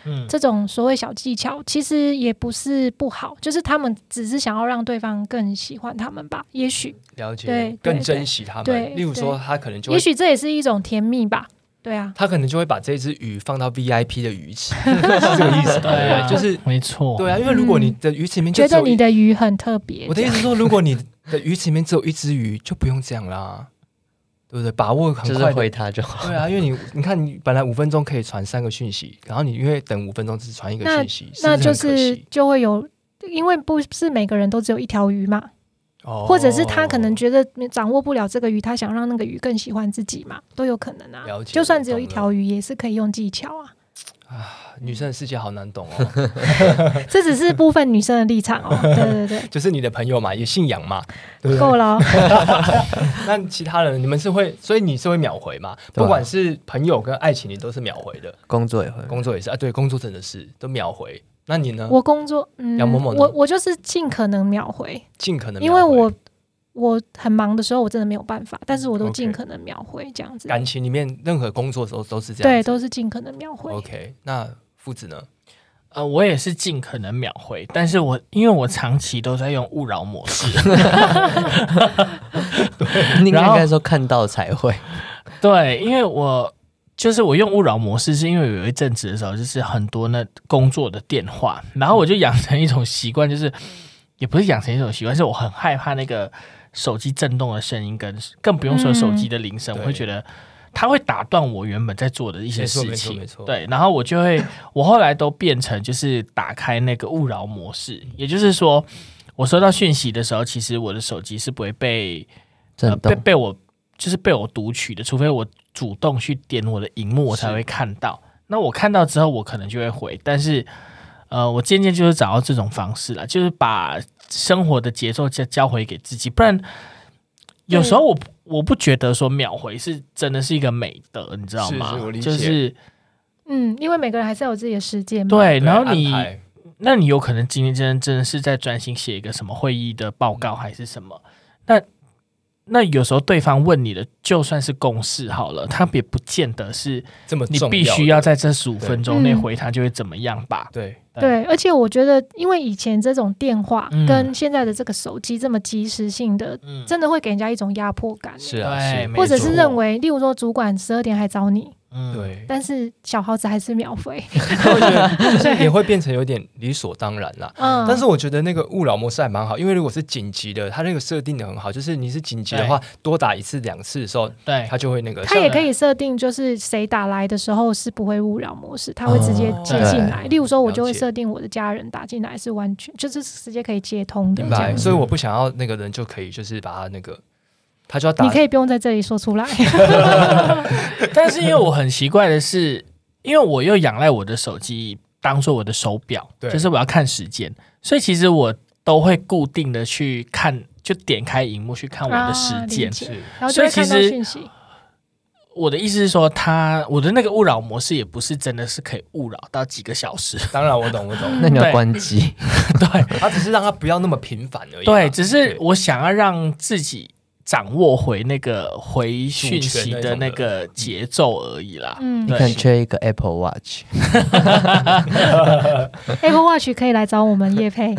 S4: 嗯，
S3: 这种所谓小技巧，其实也不是不好，就是他们只是想要让对方更喜欢他们吧，也许，
S1: 了解，
S3: 对对
S1: 更珍惜他
S3: 对
S1: 们。例如说，他可能就
S3: 也
S1: 会
S3: 许这也是一种甜蜜吧，对啊，
S1: 他可能就会把这只鱼放到 VIP 的鱼池，是这个意思吧？
S4: 对啊，
S1: 就是
S4: 没错，
S1: 对啊，因为如果你的鱼池里面就
S3: 嗯觉
S1: 只有
S3: 得你的鱼很特别。
S1: 我的意思是说，如果你的鱼池里面只有一只鱼，就不用这样啦，对不对？把握哦很
S2: 就是
S1: 快的
S2: 回他就好。
S1: 对啊，因为你你看，你本来五分钟可以传三个讯息，然后你因为等五分钟只传一个
S3: 那
S1: 讯息，
S3: 那就
S1: 不很可
S3: 是
S1: 惜
S3: 就会有，因为不是每个人都只有一条鱼嘛，
S1: 哦
S3: 或者是他可能觉得掌握不了这个鱼，他想让那个鱼更喜欢自己嘛，都有可能啊
S1: 了。解
S3: 就算只有一
S1: 懂了
S3: 条鱼，也是可以用技巧啊。
S1: 哦女生的世界好难懂哦，
S3: 这只是部分女生的立场 哦。对对对，
S1: 就是你的朋友嘛，也信仰 嘛，对不对？
S3: 够了 哦。
S1: 那其他人你们是会，所以你是会秒回嘛？
S2: 对啊
S1: 不管是朋友跟爱情，你都是秒回的，
S2: 工作也会，
S1: 工作也是啊，对，工作真的是都秒回。那你呢？
S3: 我工作，嗯，
S1: 杨某某呢
S3: 我我就是尽可能秒回，
S1: 尽可能
S3: 因
S1: 秒
S3: 为
S1: 回，
S3: 我我很忙的时候，我真的没有办法，但是我
S1: 嗯
S3: 都
S1: OK
S3: 尽可能秒回这样子。
S1: 感情里面任何工作的时候都是这样
S3: 对，
S1: 子。
S3: 都是尽可能秒回。
S1: OK，那父子呢？
S4: 呃，我也是尽可能秒回，但是我因为我长期都在用勿扰模式，
S2: 你应
S4: 然后
S2: 该说看到才会。
S4: 对，因为我就是我用勿扰模式，是因为有一阵子的时候，就是很多那工作的电话，然后我就养成一种习惯，就是也不是养成一种习惯，是我很害怕那个手机震动的声音跟，更不用说手机的铃声，
S1: 嗯
S4: 我会觉得它会打断我原本在做的一些
S1: 没错
S4: 事
S1: 没错
S4: 情，
S1: 没错
S4: 对，然后我就会，我后来都变成就是打开那个勿扰模式，也就是说。我收到讯息的时候，其实我的手机是不会被
S2: 震
S4: 呃
S2: 动
S4: 被，被我就是被我读取的，除非我主动去点我的荧幕，我才
S1: 是
S4: 会看到。那我看到之后，我可能就会回，但是呃，我渐渐就是找到这种方式了，就是把生活的节奏交交回给自己，不然有时候我不我不觉得说秒回是真的是一个美德，你知道
S1: 是
S4: 吗？
S1: 是我理解
S4: 就是
S3: 嗯，因为每个人还是有自己的时间嘛。
S4: 对，然后
S1: 对
S4: 你
S1: 安排
S4: 那你有可能今天真的真的是在专心写一个什么会议的报告还是什么？那那有时候对方问你的，就算是公事好了，他也不见得是
S1: 这么
S4: 你
S1: 重
S4: 必须
S1: 的
S4: 要在这十五分钟内
S3: 嗯
S4: 回他就会怎么样吧？
S1: 对
S3: 对，而且我觉得，因为以前这种电话
S4: 嗯
S3: 跟现在的这个手机这么及时性的，
S4: 嗯，
S3: 真的会给人家一种压迫感欸。
S1: 是啊，
S4: 对
S1: 是
S4: 没
S3: 或者
S4: 错
S3: 是认为，例如说主管十二点还找你，
S4: 嗯，
S1: 啊 对，
S3: 但是小豪子还是秒 回。
S1: 我觉得就是也会变成有点理所当然啦。
S3: 嗯，
S1: 但是我觉得那个勿扰模式还蛮好，因为如果是紧急的，它那个设定的很好，就是你是紧急的话，多打一次两次的时候，
S4: 对
S1: 它就会那个。
S3: 它也可以设定，就是谁打来的时候是不会勿扰模式，它会直接接进来。
S1: 哦
S3: 例如说，我就会
S1: 了解
S3: 设定我的家人打进来是完全就是直接可以接通的
S1: 明
S3: 这样
S1: 白，
S3: 子。
S1: 所以我不想要那个人就可以就是把他那个，他就要打。
S3: 你可以不用在这里说出来。
S4: 但是因为我很奇怪的是，因为我又仰赖我的手机当做我的手表，
S1: 对
S4: 就是我要看时间，所以其实我都会固定的去看，就点开荧幕去看我的时
S3: 啊理
S4: 间。
S3: 解
S1: 是
S3: 然后就会
S4: 所以其
S3: 看到
S4: 实
S3: 讯息。
S4: 我的意思是说，他我的那个勿扰模式也不是真的是可以勿扰到几个小时，
S1: 当然我懂我 懂，
S2: 那你要
S4: 对
S2: 关机。
S4: 对
S1: 他只是让他不要那么频繁而已嘛。啊
S4: 对，只是
S1: 对
S4: 我想要让自己掌握回那个回讯息的那个节奏而已啦。
S3: 嗯
S2: 你
S4: 对
S2: 可能缺一个 Apple Watch，
S3: ，Apple Watch 可以来找 我们叶配。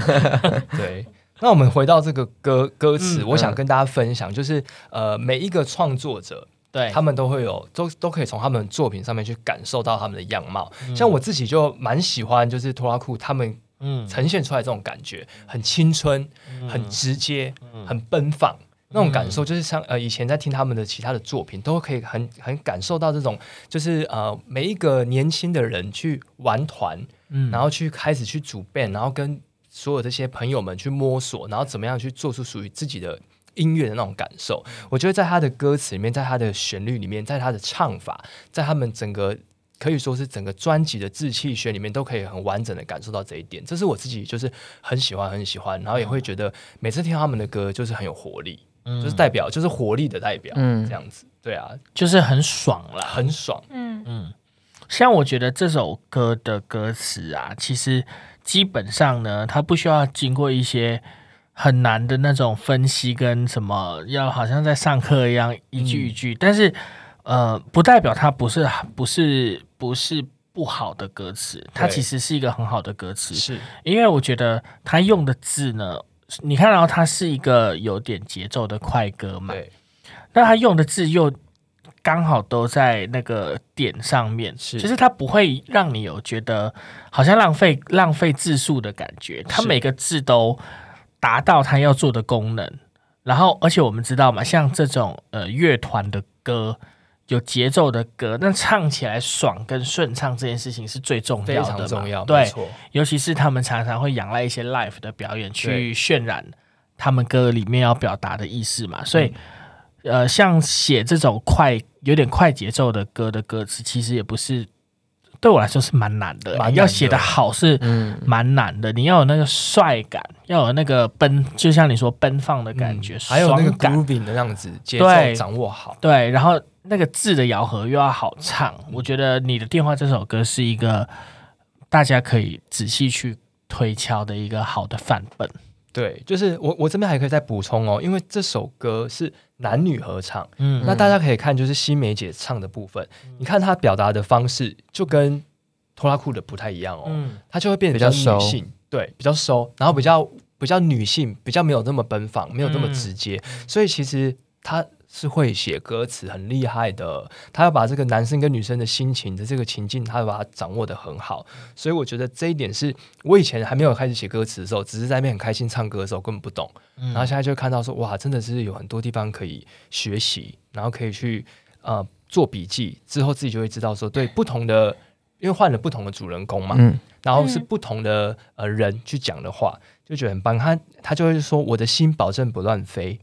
S1: 对。那我们回到这个歌歌词，
S4: 嗯
S1: 我想跟大家分享，就是呃，每一个创作者
S4: 对，
S1: 他们都会有都都可以从他们作品上面去感受到他们的样貌。
S4: 嗯
S1: 像我自己就蛮喜欢，就是拖拉库他们
S4: 嗯
S1: 呈现出来这种感觉，很青春、很直接、
S4: 嗯
S1: 很奔放。那种感受就是像呃，以前在听他们的其他的作品，都可以很很感受到这种，就是呃，每一个年轻的人去玩团，
S4: 嗯
S1: 然后去开始去组 band，然后跟所有这些朋友们去摸索，然后怎么样去做出属于自己的音乐的那种感受。我觉得在他的歌词里面，在他的旋律里面，在他的唱法，在他们整个。可以说是整个专辑的志气学里面都可以很完整的感受到这一点，这是我自己就是很喜欢很喜欢，然后也会觉得每次听到他们的歌就是很有活力，就是代表就是活力的代表，
S2: 嗯
S1: 这样子，对啊，
S4: 就是很爽啦，
S1: 很爽，
S3: 嗯，
S4: 嗯，像我觉得这首歌的歌词啊，其实基本上呢，它不需要经过一些很难的那种分析跟什么，要好像在上课一样一句一句，但是呃，不代表它不是不是不是不好的歌词，它
S1: 对
S4: 其实是一个很好的歌词，
S1: 是
S4: 因为我觉得它用的字呢。你看哦到它是一个有点节奏的快歌嘛？
S1: 对，
S4: 那他用的字又刚好都在那个点上面，
S1: 是
S4: 就是它不会让你有觉得好像浪费浪费字数的感觉，它
S1: 是
S4: 每个字都达到它要做的功能。然后，而且我们知道嘛，像这种呃乐团的歌，有节奏的歌，那唱起来爽跟顺畅这件事情是最重
S1: 非
S4: 要的嘛，
S1: 常重要，没
S4: 对，
S1: 错，
S4: 尤其是他们常常会仰赖一些 live 的表演去渲染他们歌里面要表达的意思嘛，
S1: 嗯
S4: 所以、呃，像写这种快有点快节奏的歌的歌词，其实也不是对我来说是蛮难的，
S1: 蛮难的
S4: 要写的好是
S2: 嗯，
S4: 蛮难的，你要有那个帅感，要有那个奔，就像你说奔放的感觉，
S1: 嗯还有那个
S4: 爽感
S1: grooving 的样子，节奏
S4: 对
S1: 掌握好，
S4: 对，然后那个字的咬合又要好唱，我觉得《你的电话》这首歌是一个大家可以仔细去推敲的一个好的范本。
S1: 对，就是我我这边还可以再补充哦，因为这首歌是男女合唱，
S4: 嗯
S1: 那大家可以看就是新梅姐唱的部分，你看她表达的方式就跟拖拉库的不太一样哦，
S4: 嗯
S1: 她就会变得
S2: 比较
S1: 比较女
S2: 熟
S1: 性，对，比较收，然后比较比较女性，比较没有那么奔放，没有那么
S4: 嗯
S1: 直接，所以其实她是会写歌词，很厉害的。她要把这个男生跟女生的心情的这个情境，她要把它掌握的很好。所以我觉得这一点是我以前还没有开始写歌词的时候，只是在那边很开心唱歌的时候根本不懂。
S4: 嗯
S1: 然后现在就看到说，哇，真的是有很多地方可以学习，然后可以去呃做笔记，之后自己就会知道说，对不同的，因为换了不同的主人公嘛，
S2: 嗯，
S1: 然后是
S3: 嗯
S1: 不同的呃人去讲的话，就觉得很棒。他他就会说，我的心保证不乱飞，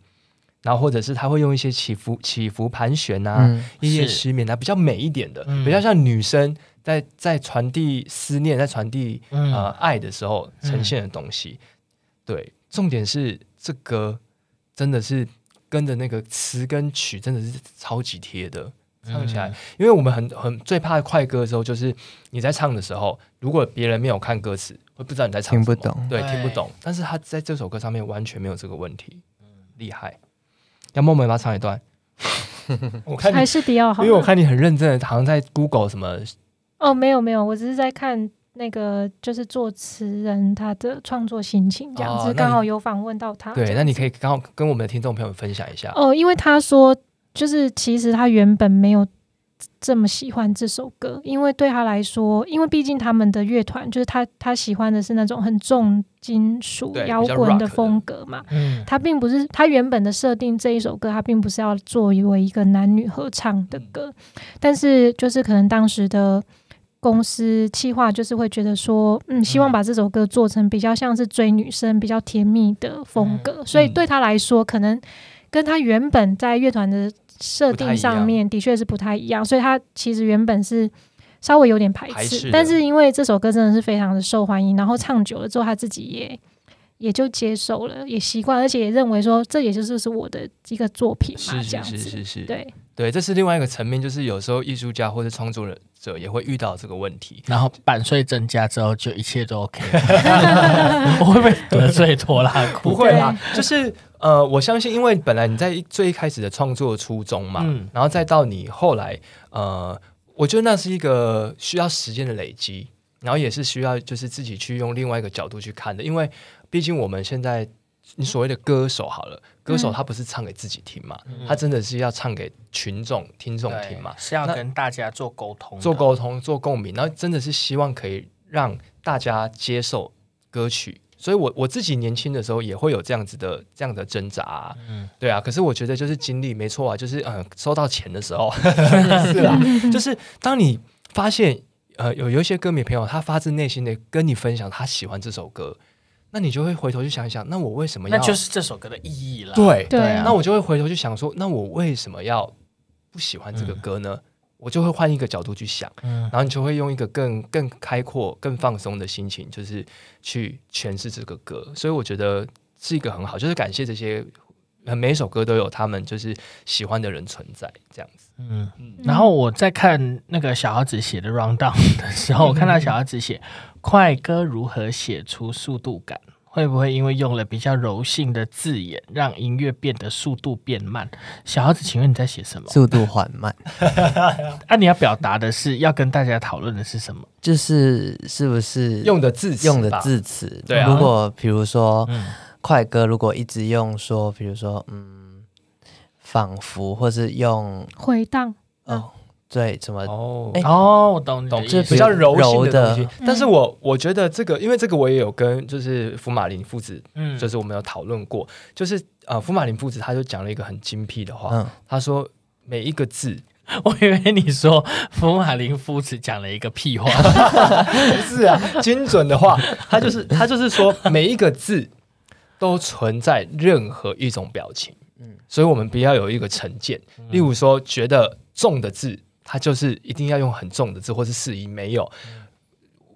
S1: 然后或者是他会用一些起伏起伏盘旋啊，
S2: 嗯
S1: 夜夜
S4: 是
S1: 失眠啊，比较美一点的，
S4: 嗯
S1: 比较像女生在在传递思念，在传递
S4: 嗯
S1: 呃爱的时候呈现的东西。对，重点是这歌真的是跟着那个词跟曲真的是超级贴的，唱起来，因为我们很很最怕快歌的时候，就是你在唱的时候，如果别人没有看歌词，会不知道你在唱
S2: 听
S1: 什么
S2: 不懂
S1: 对，
S4: 对
S1: 听不懂。但是他在这首歌上面完全没有这个问题，厉害。要梦梅吗？唱一 段。我看你
S3: 还是迪奥好
S1: 因
S3: 了。
S1: 为我看你很认真的，好像在 Google 什么，
S3: 哦，没有没有，我只是在看那个就是作词人他的创作心情这样
S1: 哦
S3: 子，
S1: 那
S3: 刚
S1: 你
S3: 好有访问到他这样
S1: 对，
S3: 子。
S1: 那你可以刚好跟我们的听众朋友分享一下。
S3: 哦，因为他说，就是其实他原本没有这么喜欢这首歌，因为对他来说，因为毕竟他们的乐团就是他他喜欢的是那种很重金属
S1: 对比较
S3: 摇滚
S1: rock 的
S3: 风格嘛。
S4: 嗯
S3: 他并不是他原本的设定，这一首歌他并不是要作为一个男女合唱的歌，但是就是可能当时的公司企划就是会觉得说，嗯，希望把这首歌做成比较像是追女生、比较甜蜜的风格，所以对他来说，可能跟他原本在乐团的设定上面的确是不太一样，所以他其实原本是。稍微有点排斥，
S1: 排斥的
S3: 但是因为这首歌真的是非常的受欢迎，然后唱久了之后，他自己也也就接受了，也习惯，而且也认为说这也就是是我的一个作品嘛，
S1: 是
S3: 这
S1: 是
S3: 样子。
S1: 是是是，
S3: 对，
S1: 对，这是另外一个层面，就是有时候艺术家或者创作者也会遇到这个问题。
S4: 然后版税增加之后，就一切都 OK。我会不会得罪拖拉
S1: 不
S4: 库？
S1: 会啦，就是呃，我相信，因为本来你在一最一开始的创作初衷嘛，
S4: 嗯
S1: 然后再到你后来，呃，我觉得那是一个需要时间的累积，然后也是需要就是自己去用另外一个角度去看的，因为毕竟我们现在你所谓的歌手好了，歌手
S3: 嗯
S1: 他不是唱给自己听嘛，他真的是要唱给群众听众听嘛，
S4: 啊是要
S1: 那
S4: 跟大家做沟通的，
S1: 做沟通、做共鸣，然后真的是希望可以让大家接受歌曲。所以我，我自己年轻的时候也会有这样子的这样的挣扎、啊，
S4: 嗯
S1: 对啊。可是我觉得就是经历没错啊，就是嗯、呃收到钱的 时候是
S4: 啊
S1: 啦， 就是当你发现呃有有一些歌迷朋友他发自内心的跟你分享他喜欢这首歌，那你就会回头去想一想，那我为什么要
S4: 那就是这首歌的意义了。
S1: 对
S3: 对啊
S1: 那我就会回头去想说，那我为什么要不喜欢这个歌呢？我就会换一个角度去想，
S4: 嗯
S1: 然后你就会用一个更更开阔、更放松的心情，就是去诠释这个歌。所以我觉得是一个很好，就是感谢这些，呃每一首歌都有他们就是喜欢的人存在，这样子。
S4: 嗯。
S1: 嗯，
S4: 然后我在看那个小孩子写的 round down 的时候，我看到小孩子写快歌如何写出速度感，会不会因为用了比较柔性的字眼，让音乐变得速度变慢？小孩子，请问你在写什么？
S2: 速度缓慢，
S4: 啊，你要表达的是要跟大家讨论的是什么？
S2: 就是是不是
S1: 用的字词吧
S2: 用的，字词？
S1: 对啊
S2: 如果比如
S1: 哦
S2: 说
S4: 嗯
S2: 快歌，如果一直用说，比如说嗯，仿佛，或是用
S3: 回荡
S2: 哦，对，什么
S1: 哦嗯
S2: 哎
S4: 哦，我懂你的
S1: 懂，
S4: 意
S1: 就
S4: 思，
S1: 是比较柔性
S2: 柔的
S1: 东西。但是我我觉得这个，因为这个我也有跟就是福马林父子，
S4: 嗯
S1: 就是我们有讨论过，就是呃福马林父子他就讲了一个很精辟的话，
S2: 嗯，
S1: 他说每一个字
S4: 我以为你说福马林夫子讲了一个 屁话，
S1: 不是啊精准的话，他就是他就是说每一个字都存在任何一种表情，嗯
S2: 嗯，
S1: 所以我们不要有一个成见，例如说觉得重的字，它就是一定要用很重的字，或是适宜没有。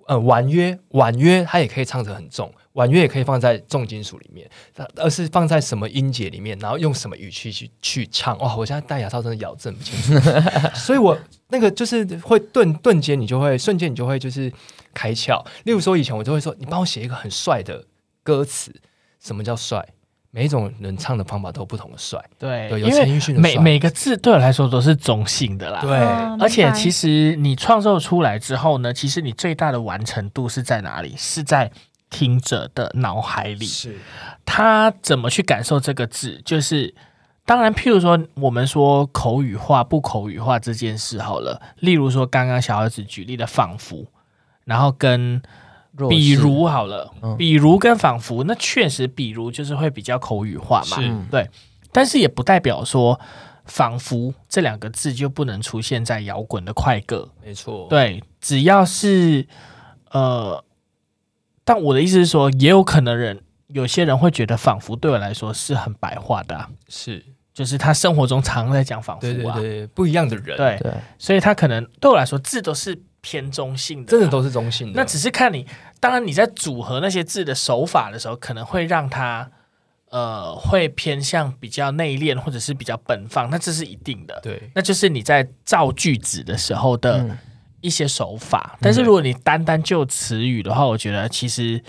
S1: 呃，婉约，婉约，它也可以唱成很重，婉约也可以放在重金属里面，它而是放在什么音节里面，然后用什么语气去去唱。哇，我现在戴牙套真的咬正不清楚，所以我那个就是会顿顿间，你就会瞬间你就会就是开窍。例如说，以前我就会说，你帮我写一个很帅的歌词。什么叫帅？每一种人唱的方法都有不同的帅。
S4: 对，
S1: 对，有
S4: 哎因
S1: 陈
S4: 为
S1: 奕迅的
S4: 每
S1: 帅
S4: 每个字对我来说都是中性的啦。
S1: 对
S3: 啊
S4: 而且其
S3: 实
S4: 实你创作出来之后呢，其实你最大的完成度是在哪里？是在听者的脑海里，
S1: 是
S4: 他怎么去感受这个字？就是当然，譬如说我们说口语化不口语化这件事好了，例如说刚刚小儿子举例的仿佛，然后跟
S2: 弱
S4: 比
S2: 势
S4: 如好了，
S2: 嗯
S4: 比如跟仿佛，那确实比如就是会比较口语化嘛，
S1: 是
S4: 对，但是也不代表说仿佛这两个字就不能出现在摇滚的快歌，
S1: 没错，
S4: 对，只要是呃，但我的意思是说，也有可能人有些人会觉得仿佛对我来说是很白话的啊、
S1: 是，
S4: 就是他生活中常在讲仿佛啊，
S1: 对对对，不一样的人，，
S4: 对
S2: 对，
S4: 所以他可能对我来说字都是偏中性的啊、
S1: 真的都是中性的。
S4: 那只是看你，当然你在组合那些字的手法的时候，可能会让它呃会偏向比较内敛或者是比较奔放，那这是一定的。
S1: 对
S4: 那就是你在造句子的时候的
S2: 嗯
S4: 一些手法，但是如果你单单就词语的话，我觉得其实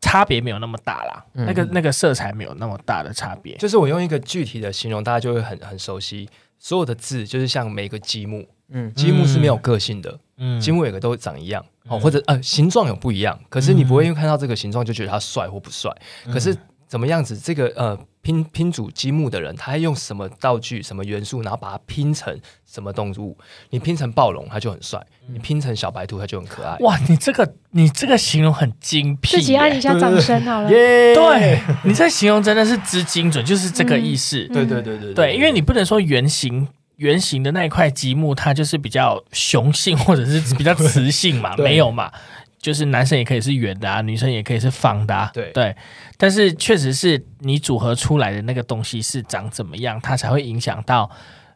S4: 差别没有那么大啦，
S2: 嗯
S4: 那个那个色彩没有那么大的差别。
S1: 就是我用一个具体的形容，大家就会很很熟悉。所有的字就是像每个积木，
S2: 嗯
S1: 积木是没有个性的，
S4: 嗯
S1: 积木每个都长一样哦，
S4: 嗯
S1: 或者呃形状有不一样，可是你不会因为看到这个形状就觉得它帅或不帅。可是怎么样子，这个呃拼拼组积木的人，他用什么道具、什么元素，然后把它拼成什么动物？你拼成暴龙，它就很帅；你拼成小白兔，它就很可爱。
S4: 哇，你这个你这个形容很精辟耶，
S3: 自己按一下掌声好了。
S1: 耶
S4: 对，你这形容真的是之精准，就是这个意思。
S3: 嗯
S1: 对对对对
S4: 对，因为你不能说圆形。圆形的那一块积木，它就是比较雄性或者是比较雌性嘛，
S1: 对
S4: 没有嘛，就是男生也可以是圆的啊，女生也可以是方的啊，
S1: 对
S4: 对。但是确实是你组合出来的那个东西是长怎么样，它才会影响到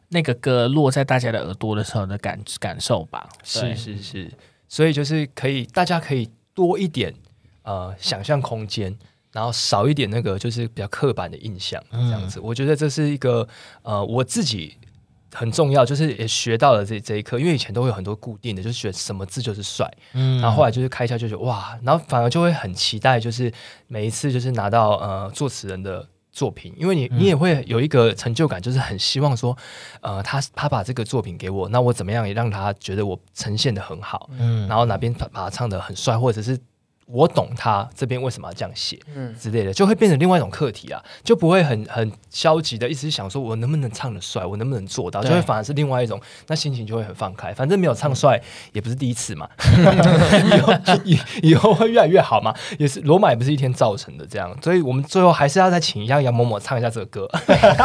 S4: 那个歌落在大家的耳朵的时候的感感受吧。对
S1: 是是是，所以就是可以，大家可以多一点呃想象空间，然后少一点那个就是比较刻板的印象，这样子。我觉得这是一个呃我自己很重要，就是也学到了这这一课，因为以前都会有很多固定的，就是学什么字就是帅，
S4: 嗯
S1: 然后后来就是开窍就觉得哇，然后反而就会很期待，就是每一次就是拿到呃作词人的作品，因为你你也会有一个成就感，就是很希望说，呃，他他把这个作品给我，那我怎么样也让他觉得我呈现的很好，
S4: 嗯
S1: 然后哪边把把它唱的很帅，或者是我懂他这边为什么要这样写
S2: 嗯
S1: 之类的，就会变成另外一种课题啊，就不会很很消极的一直想说我能不能唱的帅，我能不能做到，就
S4: 对
S1: 会反而是另外一种，那心情就会很放开，反正没有唱帅也不是第一次嘛，以后以以后会越来越好嘛，也是罗马也不是一天造成的这样，所以我们最后还是要再请一下杨某某唱一下这个歌，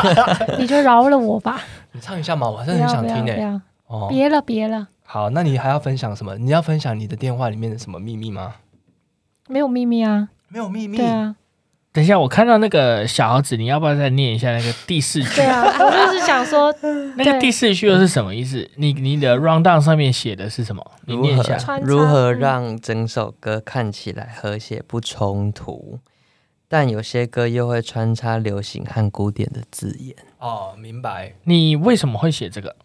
S3: 你就饶了我吧，
S1: 你唱一下嘛，我
S3: 不
S1: 真的很
S3: 要
S1: 想
S3: 不要
S1: 听
S3: 不
S1: 诶、
S3: 要，
S1: 哦，
S3: 别了别了，
S1: 好，那你还要分享什么？你要分享你的电话里面的什么秘密吗？
S3: 没有秘密啊，
S1: 没有秘密
S3: 对啊，
S4: 等一下，我看到那个小猴子，你要不要再念一下那个第四句
S3: 对？啊，我就是 想说
S4: 那个
S3: 对
S4: 第四句又是什么意思？你你的 round down 上面写的是什么？你
S2: 如
S4: 念一下
S2: 何。
S3: 穿插
S2: 如何
S3: 嗯
S2: 让整首歌看起来和谐不冲突？但有些歌又会穿插流行和古典的字眼，
S1: 哦，明白。
S4: 你为什么会写这个？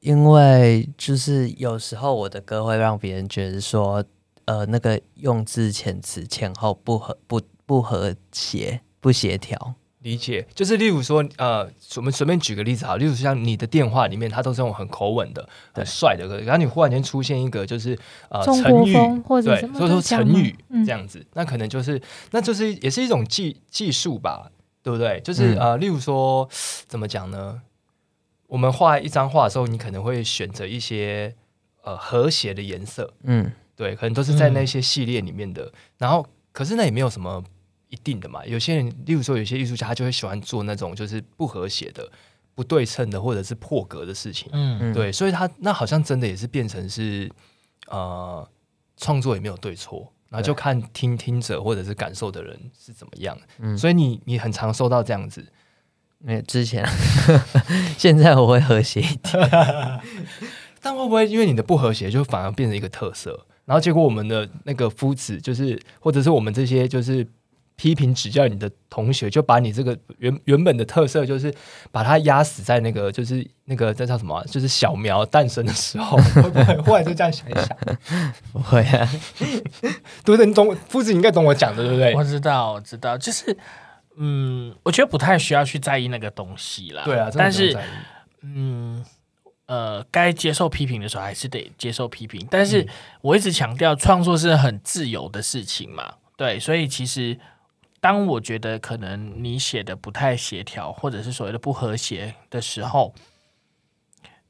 S2: 因为就是有时候我的歌会让别人觉得说，呃，那个用字遣词前后不合不不和谐、不协调。
S1: 理解，就是例如说，呃，我们随便举个例子好，例如像你的电话里面，它都是那种很口吻的、很
S2: 对
S1: 帅的歌，然后你忽然间出现一个就是呃
S3: 中
S1: 成
S3: 国
S1: 语，
S3: 风或者
S1: 对
S3: 什，么，
S1: 所以说
S3: 就是这样
S1: 成语
S3: 嘛嗯
S1: 这样子，那可能就是那就是也是一种技技术吧，对不对？就是、
S2: 嗯
S1: 呃，例如说怎么讲呢？我们画一张画的时候，你可能会选择一些呃和谐的颜色，
S2: 嗯，
S1: 对，可能都是在那些系列里面的。然后，可是那也没有什么一定的嘛。有些人，例如说，有些艺术家他就会喜欢做那种就是不和谐的、不对称的，或者是破格的事情。
S4: 嗯
S2: 嗯
S1: 对，所以他那好像真的也是变成是呃，创作也没有对错，然后就看听听者或者是感受的人是怎么样。
S2: 嗯
S1: 所以你你很常收到这样子，
S2: 没有之前， 现在我会和谐一点。
S1: 但会不会因为你的不和谐，就反而变成一个特色？然后结果我们的那个夫子，就是或者是我们这些就是批评指教你的同学，就把你这个原原本的特色，就是把它压死在那个就是那个这叫什么啊、就是小苗诞生的时候， 会不会忽然就这样想一想？
S2: 不会啊，
S1: 对不对？你懂夫子，你应该懂我讲的，对不对？
S4: 我知道，我知道，就是嗯，我觉得不太需要去在意那个东西啦。
S1: 对啊，真的
S4: 但
S1: 不用
S4: 是
S1: 在意
S4: 嗯。呃，该接受批评的时候还是得接受批评，但
S1: 嗯
S4: 是我一直强调，创作是很自由的事情嘛，对，所以其实当我觉得可能你写的不太协调，或者是所谓的不和谐的时候，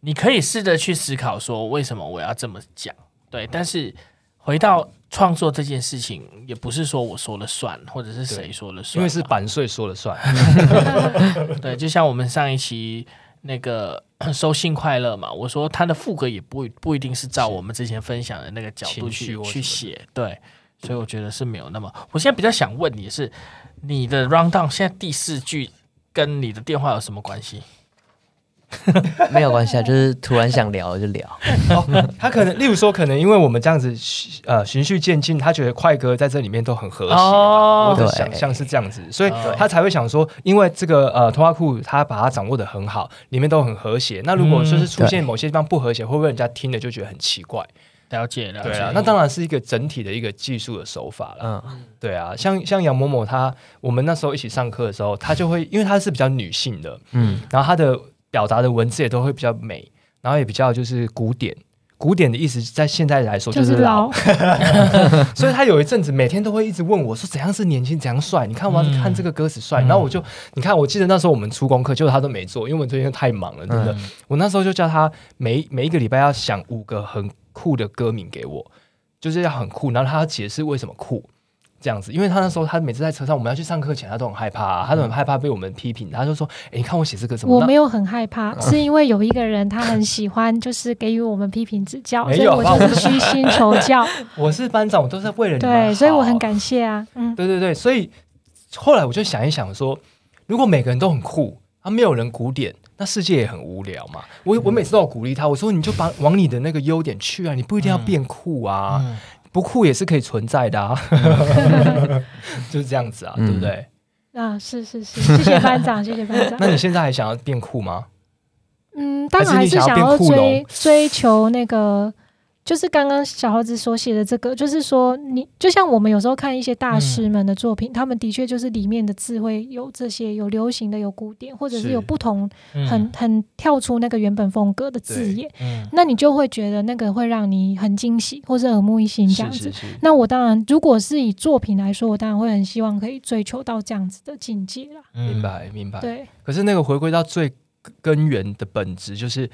S4: 你可以试着去思考说，为什么我要这么讲，对，但是回到创作这件事情，也不是说我说了算，或者是谁
S1: 对
S4: 说了算嘛，
S1: 因为是版税说了算，
S4: 对，就像我们上一期那个 收信快乐嘛，我说他的副歌也不不一定是照我们之前分享的那个角度
S1: 情绪
S4: 去
S1: 或什
S4: 去
S1: 么的
S4: 写，对，所以我觉得是没有那么。我现在比较想问你的是，你的 round down 现在第四句跟你的电话有什么关系？
S2: 没有关系啊，就是突然想聊就聊。嗯
S1: 他可能，例如说，可能因为我们这样子，呃，循序渐进，他觉得快歌在这里面都很和谐吧，
S4: 哦
S1: 我的
S2: 对
S1: 想象是这样子，所以
S4: 对
S1: 他才会想说，因为这个呃，拖拉库他把它掌握的很好，里面都很和谐。那如果就是出现某些地方不和谐，会不会人家听了就觉得很奇怪？
S4: 了解了解，
S1: 对啊，那当然是一个整体的一个技术的手法了。
S2: 嗯，
S1: 对啊，像像杨某某他，我们那时候一起上课的时候，他就会，因为他是比较女性的，
S2: 嗯，
S1: 然后他的表达的文字也都会比较美，然后也比较就是古典。古典的意思，在现在来说
S3: 就
S1: 就是是老
S3: 老，
S1: 所以他有一阵子每天都会一直问我说怎样是年轻，怎样帅。你看我要
S4: 嗯
S1: 看这个歌词帅，
S4: 嗯
S1: 然后我就你看，我记得那时候我们出功课，就是他都没做，因为我们最近太忙了，真的。
S4: 嗯
S1: 我那时候就叫他每每一个礼拜要想五个很酷的歌名给我，就是要很酷，然后他要解释为什么酷。这样子，因为他那时候他每次在车上，我们要去上课前，他都很害怕、他都很害怕被我们批评，他就说：“哎、你看我写这个怎么
S3: 我
S1: 那
S3: 没有很 害怕，是因为有一个人他很喜欢，就是给予我们批评指教，所
S1: 没
S3: 以
S1: 有啊
S3: 我就是虚心求 教。
S1: 我是班长，我都是为了你们
S3: 对，所以我很
S1: 好
S3: 感谢啊，嗯，
S1: 对对对，所以后来我就想一想说，如果每个人都很酷，啊，没有人古典，那世界也很无聊嘛。
S3: 嗯
S1: 我我每次都有鼓励他，我说你就把往你的那个优点去啊，你不一定要变酷啊，
S4: 嗯
S1: 不酷也是可以存在的啊， 就是这样子啊，
S2: 嗯
S1: 对不对？
S3: 啊，是是是，谢谢班长，谢谢班长。
S1: 那你现在还想要变酷吗？
S3: 嗯，当然
S1: 还
S3: 还
S1: 是
S3: 是
S1: 你想
S3: 想
S1: 要变
S3: 要
S1: 酷
S3: 追追求那个，就是刚刚小猴子所写的这个，就是说你就像我们有时候看一些大
S1: 嗯
S3: 师们的作品，他们的确就是里面的智慧有这些，有流行的，有古典，或者
S1: 是
S3: 是有不同
S4: 嗯
S3: 很很跳出那个原本风格的字眼，
S4: 嗯
S3: 那你就会觉得那个会让你很惊喜，或是耳目一新这样
S1: 是
S3: 子。
S1: 是是，
S3: 那我当然，如果是以作品来说，我当然会很希望可以追求到这样子的境界啦。
S4: 嗯
S1: 明白明白。
S3: 对，
S1: 可是那个回归到最根源的本质，就是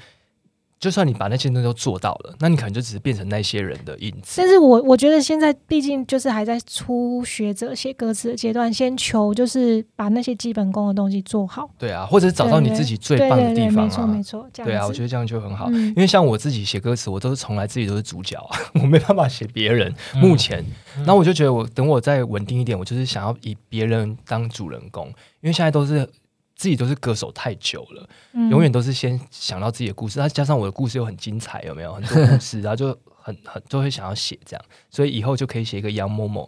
S1: 就算你把那些东西都做到了，那你可能就只是变成那些人的影子。
S3: 但是我我觉得现在毕竟就是还在初学者写歌词的阶段，先求就是把那些基本功的东西做好。
S1: 对啊，或者是找到你自己最
S3: 对
S1: 棒的
S3: 对
S1: 地
S3: 对，
S1: 方
S3: 没错
S1: 啊
S3: 没。错，这样子。
S1: 对啊，我觉得这样就很好。
S3: 嗯
S1: 因为像我自己写歌词，我都是从来自己都是主角啊， 我没办法写别人。
S4: 嗯
S1: 目前，
S4: 嗯
S1: 然后我就觉得我等我再稳定一点，我就是想要以别人当主人公，因为现在都是自己都是歌手太久了，
S3: 嗯
S1: 永远都是先想到自己的故事，那加上我的故事又很精彩，有没有很多故事，然后就很很就会想要写这样，所以以后就可以写一个杨某某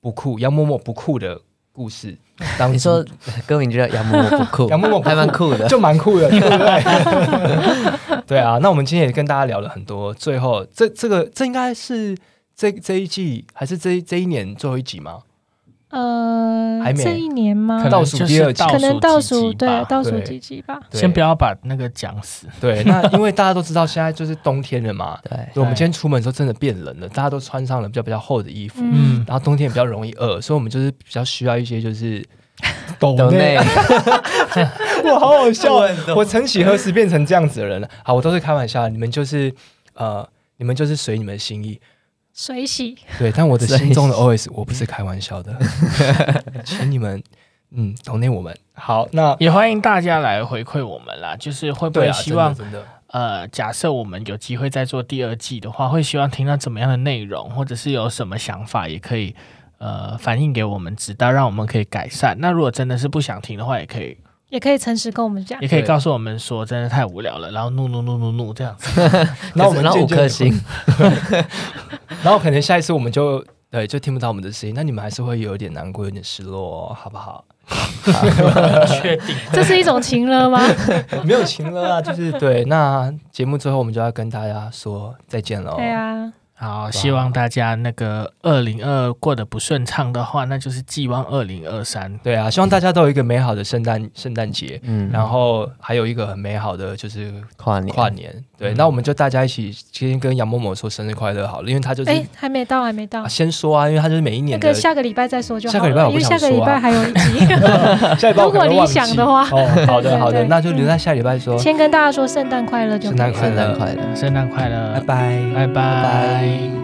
S1: 不酷，杨某某不酷的故事。当
S2: 你说歌名就叫《杨某某不酷》，
S1: 杨某某不酷
S2: 还 蛮酷的。
S1: 就蛮酷的，对不对？ 对啊，那我们今天也跟大家聊了很多。最后，这这个这应该是这这一季还是这一这一年最后一集吗？
S3: 呃
S1: 还，没
S3: 这一年吗
S4: 嗯可能？
S1: 倒数
S4: 就是
S1: 第二集
S3: 可能倒数
S4: 几集吧
S3: 对倒数
S1: 对
S3: 几集吧。
S1: 对
S4: 先不要把那个讲死，
S1: 对，那因为大家都知道现在就是冬天了嘛，
S2: 对，
S1: 所以我们今天出门的时候真的变冷了，大家都穿上了比较比较厚的衣服，
S3: 嗯
S1: 然后冬天也比较容易饿，所以我们就是比较需要一些就是抖
S2: 抖
S1: 内，
S2: 内
S1: 我好好笑
S2: 我很懂，
S1: 我曾几何时变成这样子的人了？好，我都是开玩笑的，你们就是呃，你们就是随你们的心意。
S3: 水洗
S1: 对，但我的
S2: 所以
S1: 心中的 OS，我不是开玩 笑的，请你们嗯，懂内我们好，那
S4: 也欢迎大家来回馈我们啦，就是会不
S1: 对
S4: 会
S1: 啊，
S4: 希望、
S1: 真的真的
S4: 呃，假设我们有机会再做第二季的话，会希望听到怎么样的内容，或者是有什么想法，也可以呃反映给我们知道，让我们可以改善。那如果真的是不想听的话，也可以
S3: 也可以诚实跟我们讲
S4: 也，可以
S1: 对
S4: 告诉我们说，真的太无聊了，然后怒怒怒怒怒这 样子。
S1: 那我们
S2: 那
S1: 渐
S2: 五
S1: 渐
S2: 颗星，
S1: 然后可能下一次我们就对就听不到我们的声音，那你们还是会有点难过，有点失落、哦，好不好？
S4: 确定？
S3: 这是一种情了吗？
S1: 没有情了啊，就是对。那节目最后我们就要跟大家说再见哦喽。
S3: 对啊，
S4: 好，希望大家那个二零二过得不顺畅的话，那就是寄望二零二三。
S1: 对啊，希望大家都有一个美好的圣诞圣诞节，
S2: 嗯，
S1: 然后还有一个很美好的就是
S2: 跨年，
S1: 跨年。对，那我们就大家一起先跟杨某某说生日快乐好了，因为他就是、
S3: 哎，还没到，还没到
S1: 啊。先说啊，因为他就是每一
S3: 那
S1: 年的
S3: 个下个礼拜再说就好
S1: 下个礼拜
S3: 了，
S1: 我
S3: 因
S1: 不
S3: 为
S1: 想
S3: 下个礼
S1: 说啊
S3: 拜还有 一集，
S1: 下礼拜我可能
S3: 如果
S1: 忘
S3: 理想
S1: 记
S3: 的话
S1: 哦，好的好
S3: 对
S1: 的，
S3: 嗯对
S1: 那就留在下礼拜说。
S3: 先跟大家说圣诞快乐就可以
S1: 圣诞
S3: 了。
S1: 快乐
S2: 圣诞快乐。
S4: 圣诞快乐，
S1: 拜拜
S4: 拜拜
S2: 拜